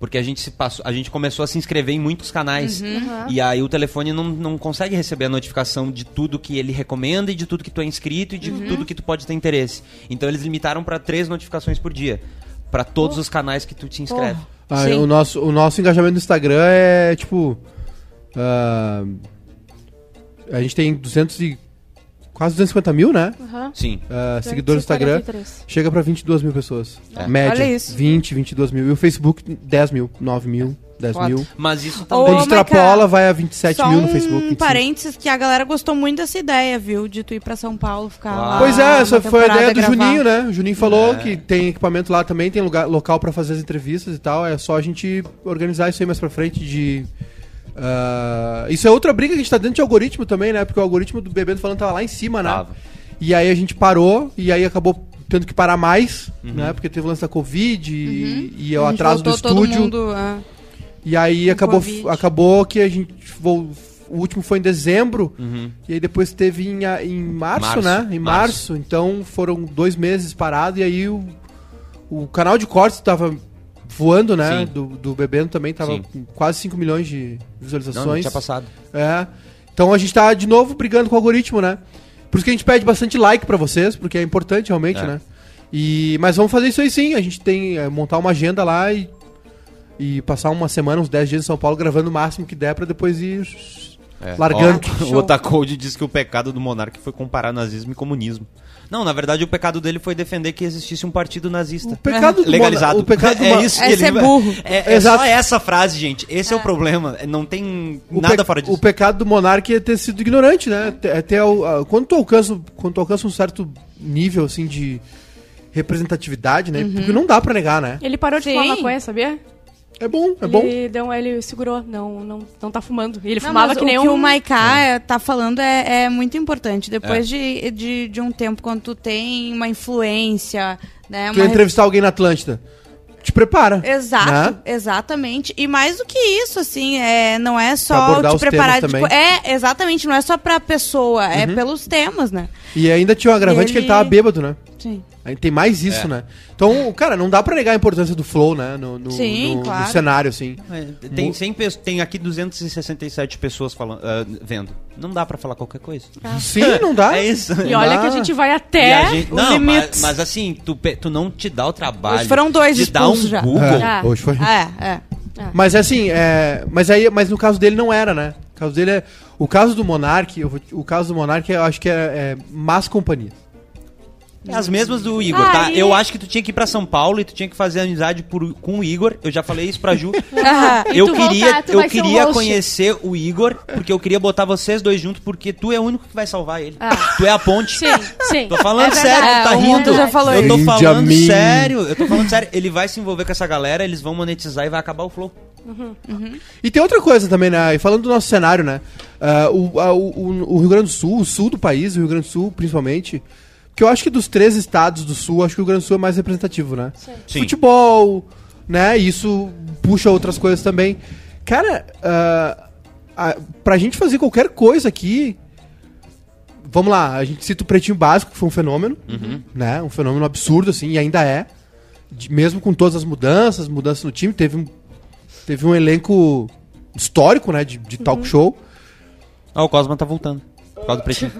Porque a gente se passou, a gente começou a se inscrever em muitos canais.
Uhum.
E aí o telefone não, não consegue receber a notificação de tudo que ele recomenda e de tudo que tu é inscrito e de
Uhum.
tudo que tu pode ter interesse. Então eles limitaram pra três notificações por dia. Pra todos os canais que tu te inscreve.
Ah, o, nosso, o nosso engajamento no Instagram é tipo. ah, a gente tem 200 e. Quase 250 mil, né?
Aham.
Sim.
Ah, seguidores do Instagram.
243.
Chega pra 22 mil pessoas.
É.
Média.
Olha isso.
20, 22 mil. E o Facebook, 10 mil, 9 mil, 10
É. Foda.
mil.
Mas isso
Ô,
também.
Quando extrapola, vai a 27
Só
mil
um
no Facebook. 25.
parênteses que a galera gostou muito dessa ideia, viu? De tu ir pra São Paulo ficar
Uau.
lá.
Pois é,
uma
essa foi a
temporada
ideia do
gravar.
Juninho, né? O Juninho falou
É.
que tem equipamento lá também, tem lugar, local pra fazer as entrevistas e tal. É só a gente organizar isso aí mais pra frente de. ah, isso é outra briga que a gente tá dentro de algoritmo também, né? Porque o algoritmo do Bebendo Falando tava lá em cima, né?
Tava.
E aí a gente parou, e aí acabou tendo que parar mais,
Uhum.
né? Porque teve o lance da Covid e, e o
Uhum. A gente
atraso do
voltou todo
estúdio.
mundo, ah.
E aí acabou,
Covid.
acabou que a gente. vol- O último foi em dezembro, e aí depois teve em, a- em março,
Uhum. Março,
né? Em março. Então foram dois meses parado, e aí o, o canal de cortes tava voando, né?
Sim.
Do, do Bebendo também, tava
Sim.
com quase 5 milhões de
Não, não
visualizações.
tinha passado.
É. Então a gente tá de novo brigando com o algoritmo, né? Por isso que a gente pede bastante like pra vocês, porque é importante realmente,
É.
né? E, mas vamos fazer isso aí sim. A gente tem é, montar uma agenda lá e, e passar uma semana, uns 10 dias em São Paulo, gravando o máximo que der pra depois ir
É.
largando.
Ó, o Otacode diz que o pecado do monarca foi comparar nazismo e comunismo. Não, na verdade o pecado dele foi defender que existisse um partido nazista.
O pecado do
legalizado.
mona- o pecado do
é
ma-
isso
É
que ele-
ser burro.
É, é
Exato.
só essa frase, gente. Esse é, o problema. É, Não tem
O
nada
pe-
fora disso.
O pecado do monarca é ter sido ignorante, né? Te- É ter, o- a- quando, tu alcança, quando tu alcança um certo nível, assim, de representatividade, né? Porque não dá pra negar, né?
Ele parou de
Sim.
fumar maconha, sabia?
É bom, é bom.
Ele, deu, ele segurou, não, não, não tá fumando. Ele
Não,
fumava
mas
que nem
o que
um...
o Maiká eh, tá falando é, é muito importante. Depois
É.
de, de, de um tempo, quando tu tem uma influência, né?
Tu ia
uma
entrevistar alguém na Atlântida. Te prepara.
Exato,
né?
exatamente. E mais do que isso, assim, é, não é
Pra
só
abordar
te
os
preparar.
temas
Tipo,
também. Uhum.
é, exatamente, não é só pra pessoa, é pelos temas, né?
E ainda tinha um agravante que ele
Ele-
tava bêbado, né?
Sim.
Aí tem mais
É.
isso, né? Então, cara, não dá pra negar a importância do flow, né? No, no-
Sim,
no- no
claro.
cenário, assim.
É, Tem, 100 pe- tem aqui 267 pessoas falando, ah, vendo. Não dá pra falar qualquer coisa.
Sim, não dá.
É isso.
Ah. E olha
Ah.
que a gente vai
É.
E
até
a gente-
os
não, mas,
limites.
mas assim, tu, pe- tu não te dá o trabalho.
Hoje foram dois
de dar um
expulsos já.
Google.
É,
Ah.
Hoje foi.
É, é.
Mas assim, é, mas aí, mas no caso dele não era, né? O caso dele é, o caso do Monark, eu vou- o caso do Monark eu acho que é, é más companhia.
É As mesmas do Igor,
Ah,
tá?
e-
Eu acho que tu tinha que ir pra São Paulo e tu tinha que fazer amizade por- com o Igor. Eu já falei isso pra Ju.
Ah,
E
eu
tu
queria,
voltar, tu
eu
vai ser um
queria
host.
conhecer o Igor, porque eu queria botar vocês dois juntos, porque tu é o único que vai salvar ele.
Ah.
Tu é a ponte.
Sim, sim.
Tô falando
É
sério,
verdade.
tá
É, o
rindo.
mundo já
falou
eu tô
isso.
falando
Benjamin.
sério, eu tô falando sério. Ele vai se envolver com essa galera, eles vão monetizar e vai acabar o flow.
E tem outra coisa também, né? E falando do nosso cenário, né? Ah, o, a- o- o- o Rio Grande do Sul, o sul do país, o Rio Grande do Sul principalmente, porque eu acho que dos três estados do sul, acho que o Rio Grande do Sul é mais representativo, né?
Sim.
Futebol, né? E Isso puxa outras coisas também. Cara, ah, a, pra gente fazer qualquer coisa aqui. Vamos lá, a gente cita o Pretinho Básico, que foi um fenômeno, né? Um fenômeno absurdo, assim, e ainda é. De- mesmo com todas as mudanças, mudanças no time, teve um Teve um elenco histórico, né? De, de talk show.
Ó, o Cosma tá voltando. Por causa do pretinho.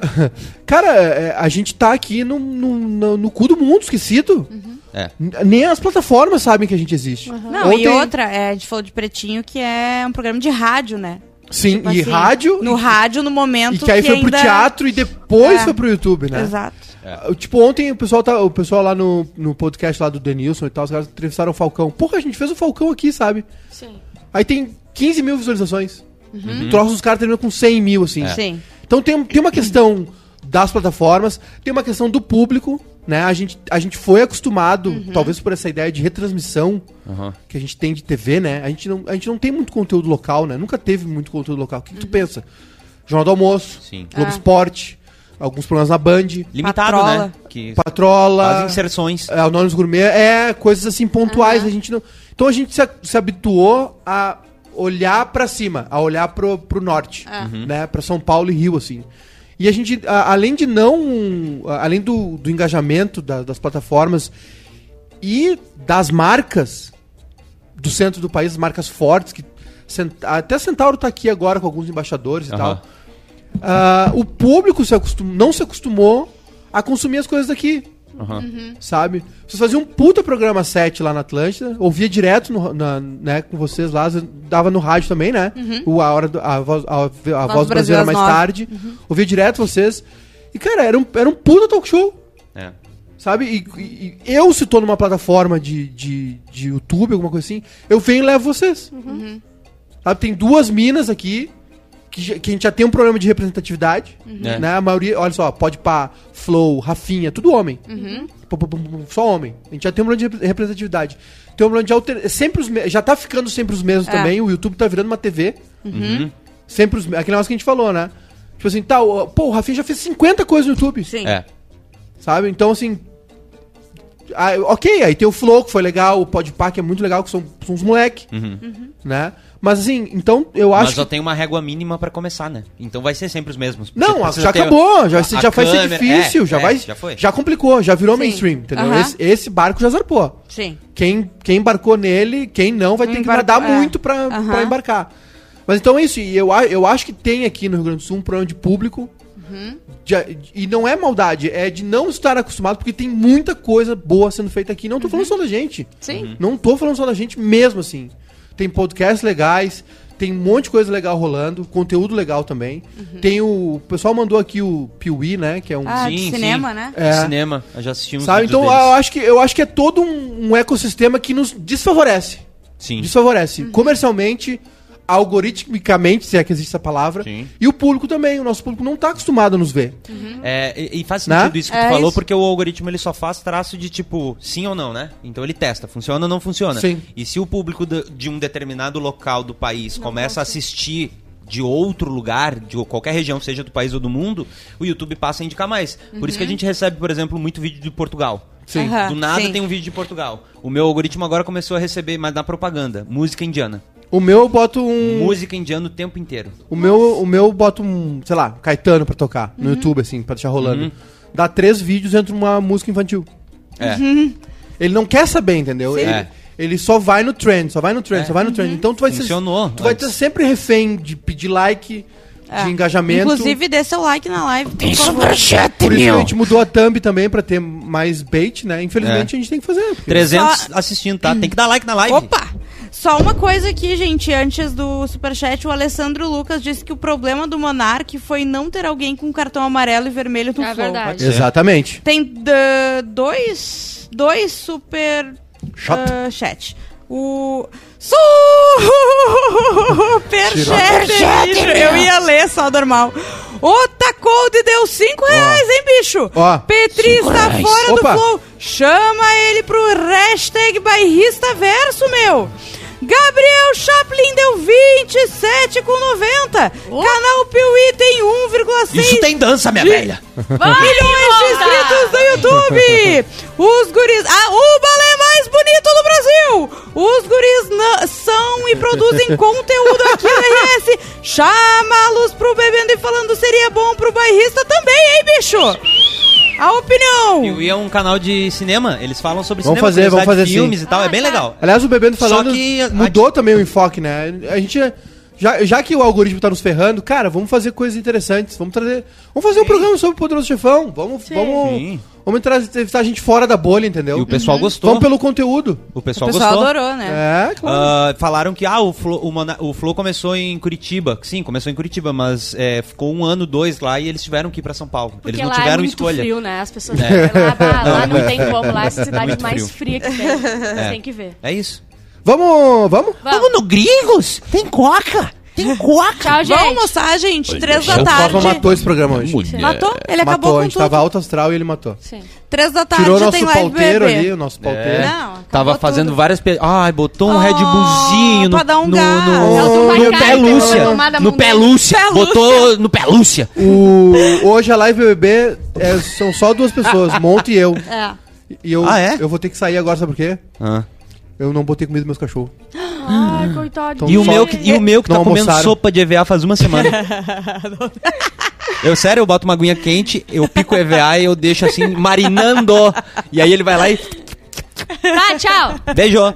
Cara, é, a gente tá aqui no, no, no, no cu do mundo, esquecido.
É.
N- Nem as plataformas sabem que a gente existe.
Não, e outra, é, a gente falou de Pretinho, que é um programa de rádio, né?
Sim,
Tipo
e
assim,
rádio.
No
e-
rádio, no momento.
E que aí foi pro
ainda-
teatro e depois
É.
foi pro YouTube, né?
Exato.
Ah, Tipo, ontem o pessoal, tá, o pessoal lá no, no podcast lá do Denilson e tal, os caras entrevistaram o Falcão. Porra, a gente fez o Falcão aqui, sabe?
Sim.
Aí tem 15 mil visualizações.
Uhum.
O troço dos caras termina com 100 mil, assim.
É.
Sim.
Então tem, tem uma questão das plataformas, tem uma questão do público, né? A gente, a gente foi acostumado, talvez por essa ideia de retransmissão que a gente tem de TV, né? A gente não, a gente não tem muito conteúdo local, né? Nunca teve muito conteúdo local. O que, que tu pensa? Jornal do Almoço,
Sim.
Globo Esporte, alguns programas na Band,
Limitado,
Patrola.
né? Que
Patrola,
as inserções.
é, Anônimos Gourmet, é, coisas assim pontuais, a gente não... Então a gente se, a- se habituou a olhar pra cima, a olhar pro, pro norte, né? Pra São Paulo e Rio, assim. E a gente, a- além de não. a- Além do, do engajamento da- das plataformas e das marcas do centro do país, marcas fortes, que cent- até Centauro tá aqui agora com alguns embaixadores e
Aham.
tal. Ah, o público se acostum- não se acostumou a consumir as coisas daqui,
Aham.
Uhum.
sabe? Vocês faziam um puta programa 7 lá na Atlântida, ouvia direto no- na- né, com vocês lá, às vezes dava no rádio também, né? O, a hora do- a voz, a, a voz
Uhum. do Brasil
brasileira
às
mais
nove. Uhum.
tarde, ouvia direto vocês. E, cara, era um, era um puta talk show.
É.
Sabe? E, e- e eu, se tô numa plataforma de, de, de YouTube, alguma coisa assim, eu venho e levo vocês. Sabe? Tem duas minas aqui que, já- que a gente já tem um problema de representatividade.
É.
Né? A maioria, olha só, pode pá, Flow, Rafinha, tudo homem. Pum, pum, pum, pum, Só homem. A gente já tem um problema de repre- representatividade. Tem um problema de alter... sempre os me- Já tá ficando sempre os mesmos também. O YouTube tá virando uma TV.
Uhum.
Sempre os me- Aquele negócio que a gente falou, né? Tipo assim, tá, o- pô, o Rafinha já fez 50 coisas no YouTube.
Sim.
É.
Sabe? Então, assim. ah, ok, aí tem o Flow, que foi legal, o Podpah, que é muito legal, que são, são uns moleque,
Uhum.
né? Mas assim, então eu acho
Mas só
que.
tem uma régua mínima pra começar, né? Então vai ser sempre os mesmos.
Não,
tipo, Você
a-
precisa
já
ter-
acabou, já,
a-
já
a
vai ser
câmera-
difícil,
é,
já
é,
vai.
já foi.
complicou, já virou
Sim.
mainstream, entendeu?
Aham.
Esse, esse barco já zarpou.
Sim.
Quem, quem embarcou nele, quem não, vai ter que
Embarcou,
nadar
é.
muito pra,
Aham.
pra embarcar. Mas então é isso, e eu, a- eu acho que tem aqui no Rio Grande do Sul um problema de público.
Uhum.
de- e não é maldade, é de não estar acostumado, porque tem muita coisa boa sendo feita aqui. Não tô
Uhum.
falando só da gente.
Sim.
Uhum.
Não tô falando só da gente mesmo, assim. Tem podcasts legais, tem um monte de coisa legal rolando, conteúdo legal também. Tem o. O pessoal mandou aqui o Piuí, né? Que é um.
Uhum. Ah, de
Sim, sim.
cinema, né?
É.
Cinema, eu já assisti uns
sabe?
vídeos
Então eu
deles.
acho, que, eu acho que é todo um, um ecossistema que nos desfavorece.
Sim. Uhum.
Desfavorece. Comercialmente, algoritmicamente, se é que existe essa palavra.
Sim.
E o público também. O nosso público não tá acostumado a nos ver.
É, e, e faz
Né?
sentido isso que tu
Uhum. É
falou,
isso.
porque o algoritmo ele só faz traço de tipo sim ou não, né? Então ele testa, funciona ou não funciona.
Sim.
E se o público de, de um determinado local do país começa a assistir de outro lugar, de qualquer região, seja do país ou do mundo, o YouTube passa a indicar mais. Por isso que a
Uhum.
gente recebe, por exemplo, muito vídeo de Portugal.
Sim.
Aham,
Do nada
sim.
tem um vídeo de Portugal. O meu algoritmo agora começou a receber, mas na propaganda, música indiana.
O meu eu boto um.
Música indiana o tempo inteiro.
O meu, o meu eu boto um, sei lá, Caetano pra tocar
Uhum.
no YouTube, assim, pra deixar rolando. Dá três vídeos, entra uma música infantil.
É.
Ele não quer saber, entendeu? Ele,
É.
ele só vai no trend, só vai no trend,
É.
só vai no trend. Então tu vai
Funcionou
ser. Tu vai
antes.
estar sempre refém de pedir like,
É.
de engajamento.
Inclusive, dê seu like na live. Tem
por isso que a gente mudou a thumb também pra ter mais bait, né?
É.
Infelizmente a gente tem que fazer. porque-
300 assistindo, tá? Tem que dar like na live.
Opa! Só uma coisa aqui, gente. Antes do superchat, o Alessandro Lucas disse que o problema do Monark foi não ter alguém com cartão amarelo e vermelho no
É
Flow.
verdade.
Exatamente.
Tem dã, dois, dois super
Chato.
ah, chat. O super chat. Eu ia ler só normal. O Tacolde deu 5 reais, hein, bicho?
Ó.
Petri está fora
Opa.
do flow. Chama ele pro hashtag bairrista verso, meu. Gabriel Chaplin deu 27,90. Canal Piuí tem 1,6
Isso tem dança, minha velha.
milhões de inscritos no YouTube. Os guris. Ah, o balé mais bonito do Brasil. Os guris na- são e produzem conteúdo aqui na RS. Chamá-los pro Bebendo e Falando seria bom pro bairrista também, hein, bicho? A opinião.
Piuí é um canal de cinema, eles falam sobre
Vamos
cinema,
fazer, vamos
curiosidade de
fazer
filmes
sim.
e tal, é bem legal.
Aliás, o Bebendo
Só
Falando
que-
mudou também o enfoque, né? A gente... Já, já que o algoritmo tá nos ferrando, cara, vamos fazer coisas interessantes. Vamos trazer... Vamos fazer um programa sobre o Poderoso Chefão. Vamos... Vamos,
Sim.
vamos trazer entrevistar a gente fora da bolha, entendeu?
E o pessoal
Uhum.
gostou.
Vamos pelo conteúdo.
Uhum. O pessoal,
o pessoal
gostou.
adorou, né?
É, claro.
Ah, falaram que ah, o, Flo, o, Mona- o Flow começou em Curitiba. Sim, começou em Curitiba, mas é, ficou um ano, dois lá e eles tiveram que ir pra São Paulo.
Porque
eles não
lá
tiveram
é muito
escolha. É.
frio, né? As pessoas lá, bah, lá não tem como, lá é a cidade
Muito
mais fria que tem. Vocês
É.
têm que ver.
É isso.
Vamos... Vamos?
Vamos,
no Gringos? Tem coca! Tem coca!
tchau, gente.
Vamos almoçar, gente. Três da
O Cosma
tarde.
matou esse programa hoje.
Matou? Ele acabou
é, Matou, a
com
gente
tudo.
tava alto astral e ele matou.
Sim.
Três da tarde
Tirou
já
nosso
tem live
pauteiro
bebê. Né?
ali, né? o
É.
nosso pauteiro.
Não, acabou
Tava
tudo.
fazendo várias pe... Ai, botou um
Oh,
Red Bullzinho no,
pra dar um
no,
gás.
no,
Ela tomou
no
gás,
pé
pegou
Lúcia.
na tomada,
No
mudou.
pé Lúcia.
Pé
Botou no pé Lúcia.
O, hoje a live BBB é, são só duas pessoas, Monte e eu.
É.
E eu,
Ah, é? Ah.
eu vou ter que sair agora, sabe por quê? Eu não botei comida nos meus cachorros.
Ai, coitado.
Tom
E o,
Só-
meu, que- e o meu que tá
Não
comendo
almoçaram.
sopa de EVA faz uma semana. eu, sério, eu boto uma aguinha quente, eu pico o EVA e eu deixo assim, marinando. E aí ele vai lá e.
Tá, tchau.
Beijo!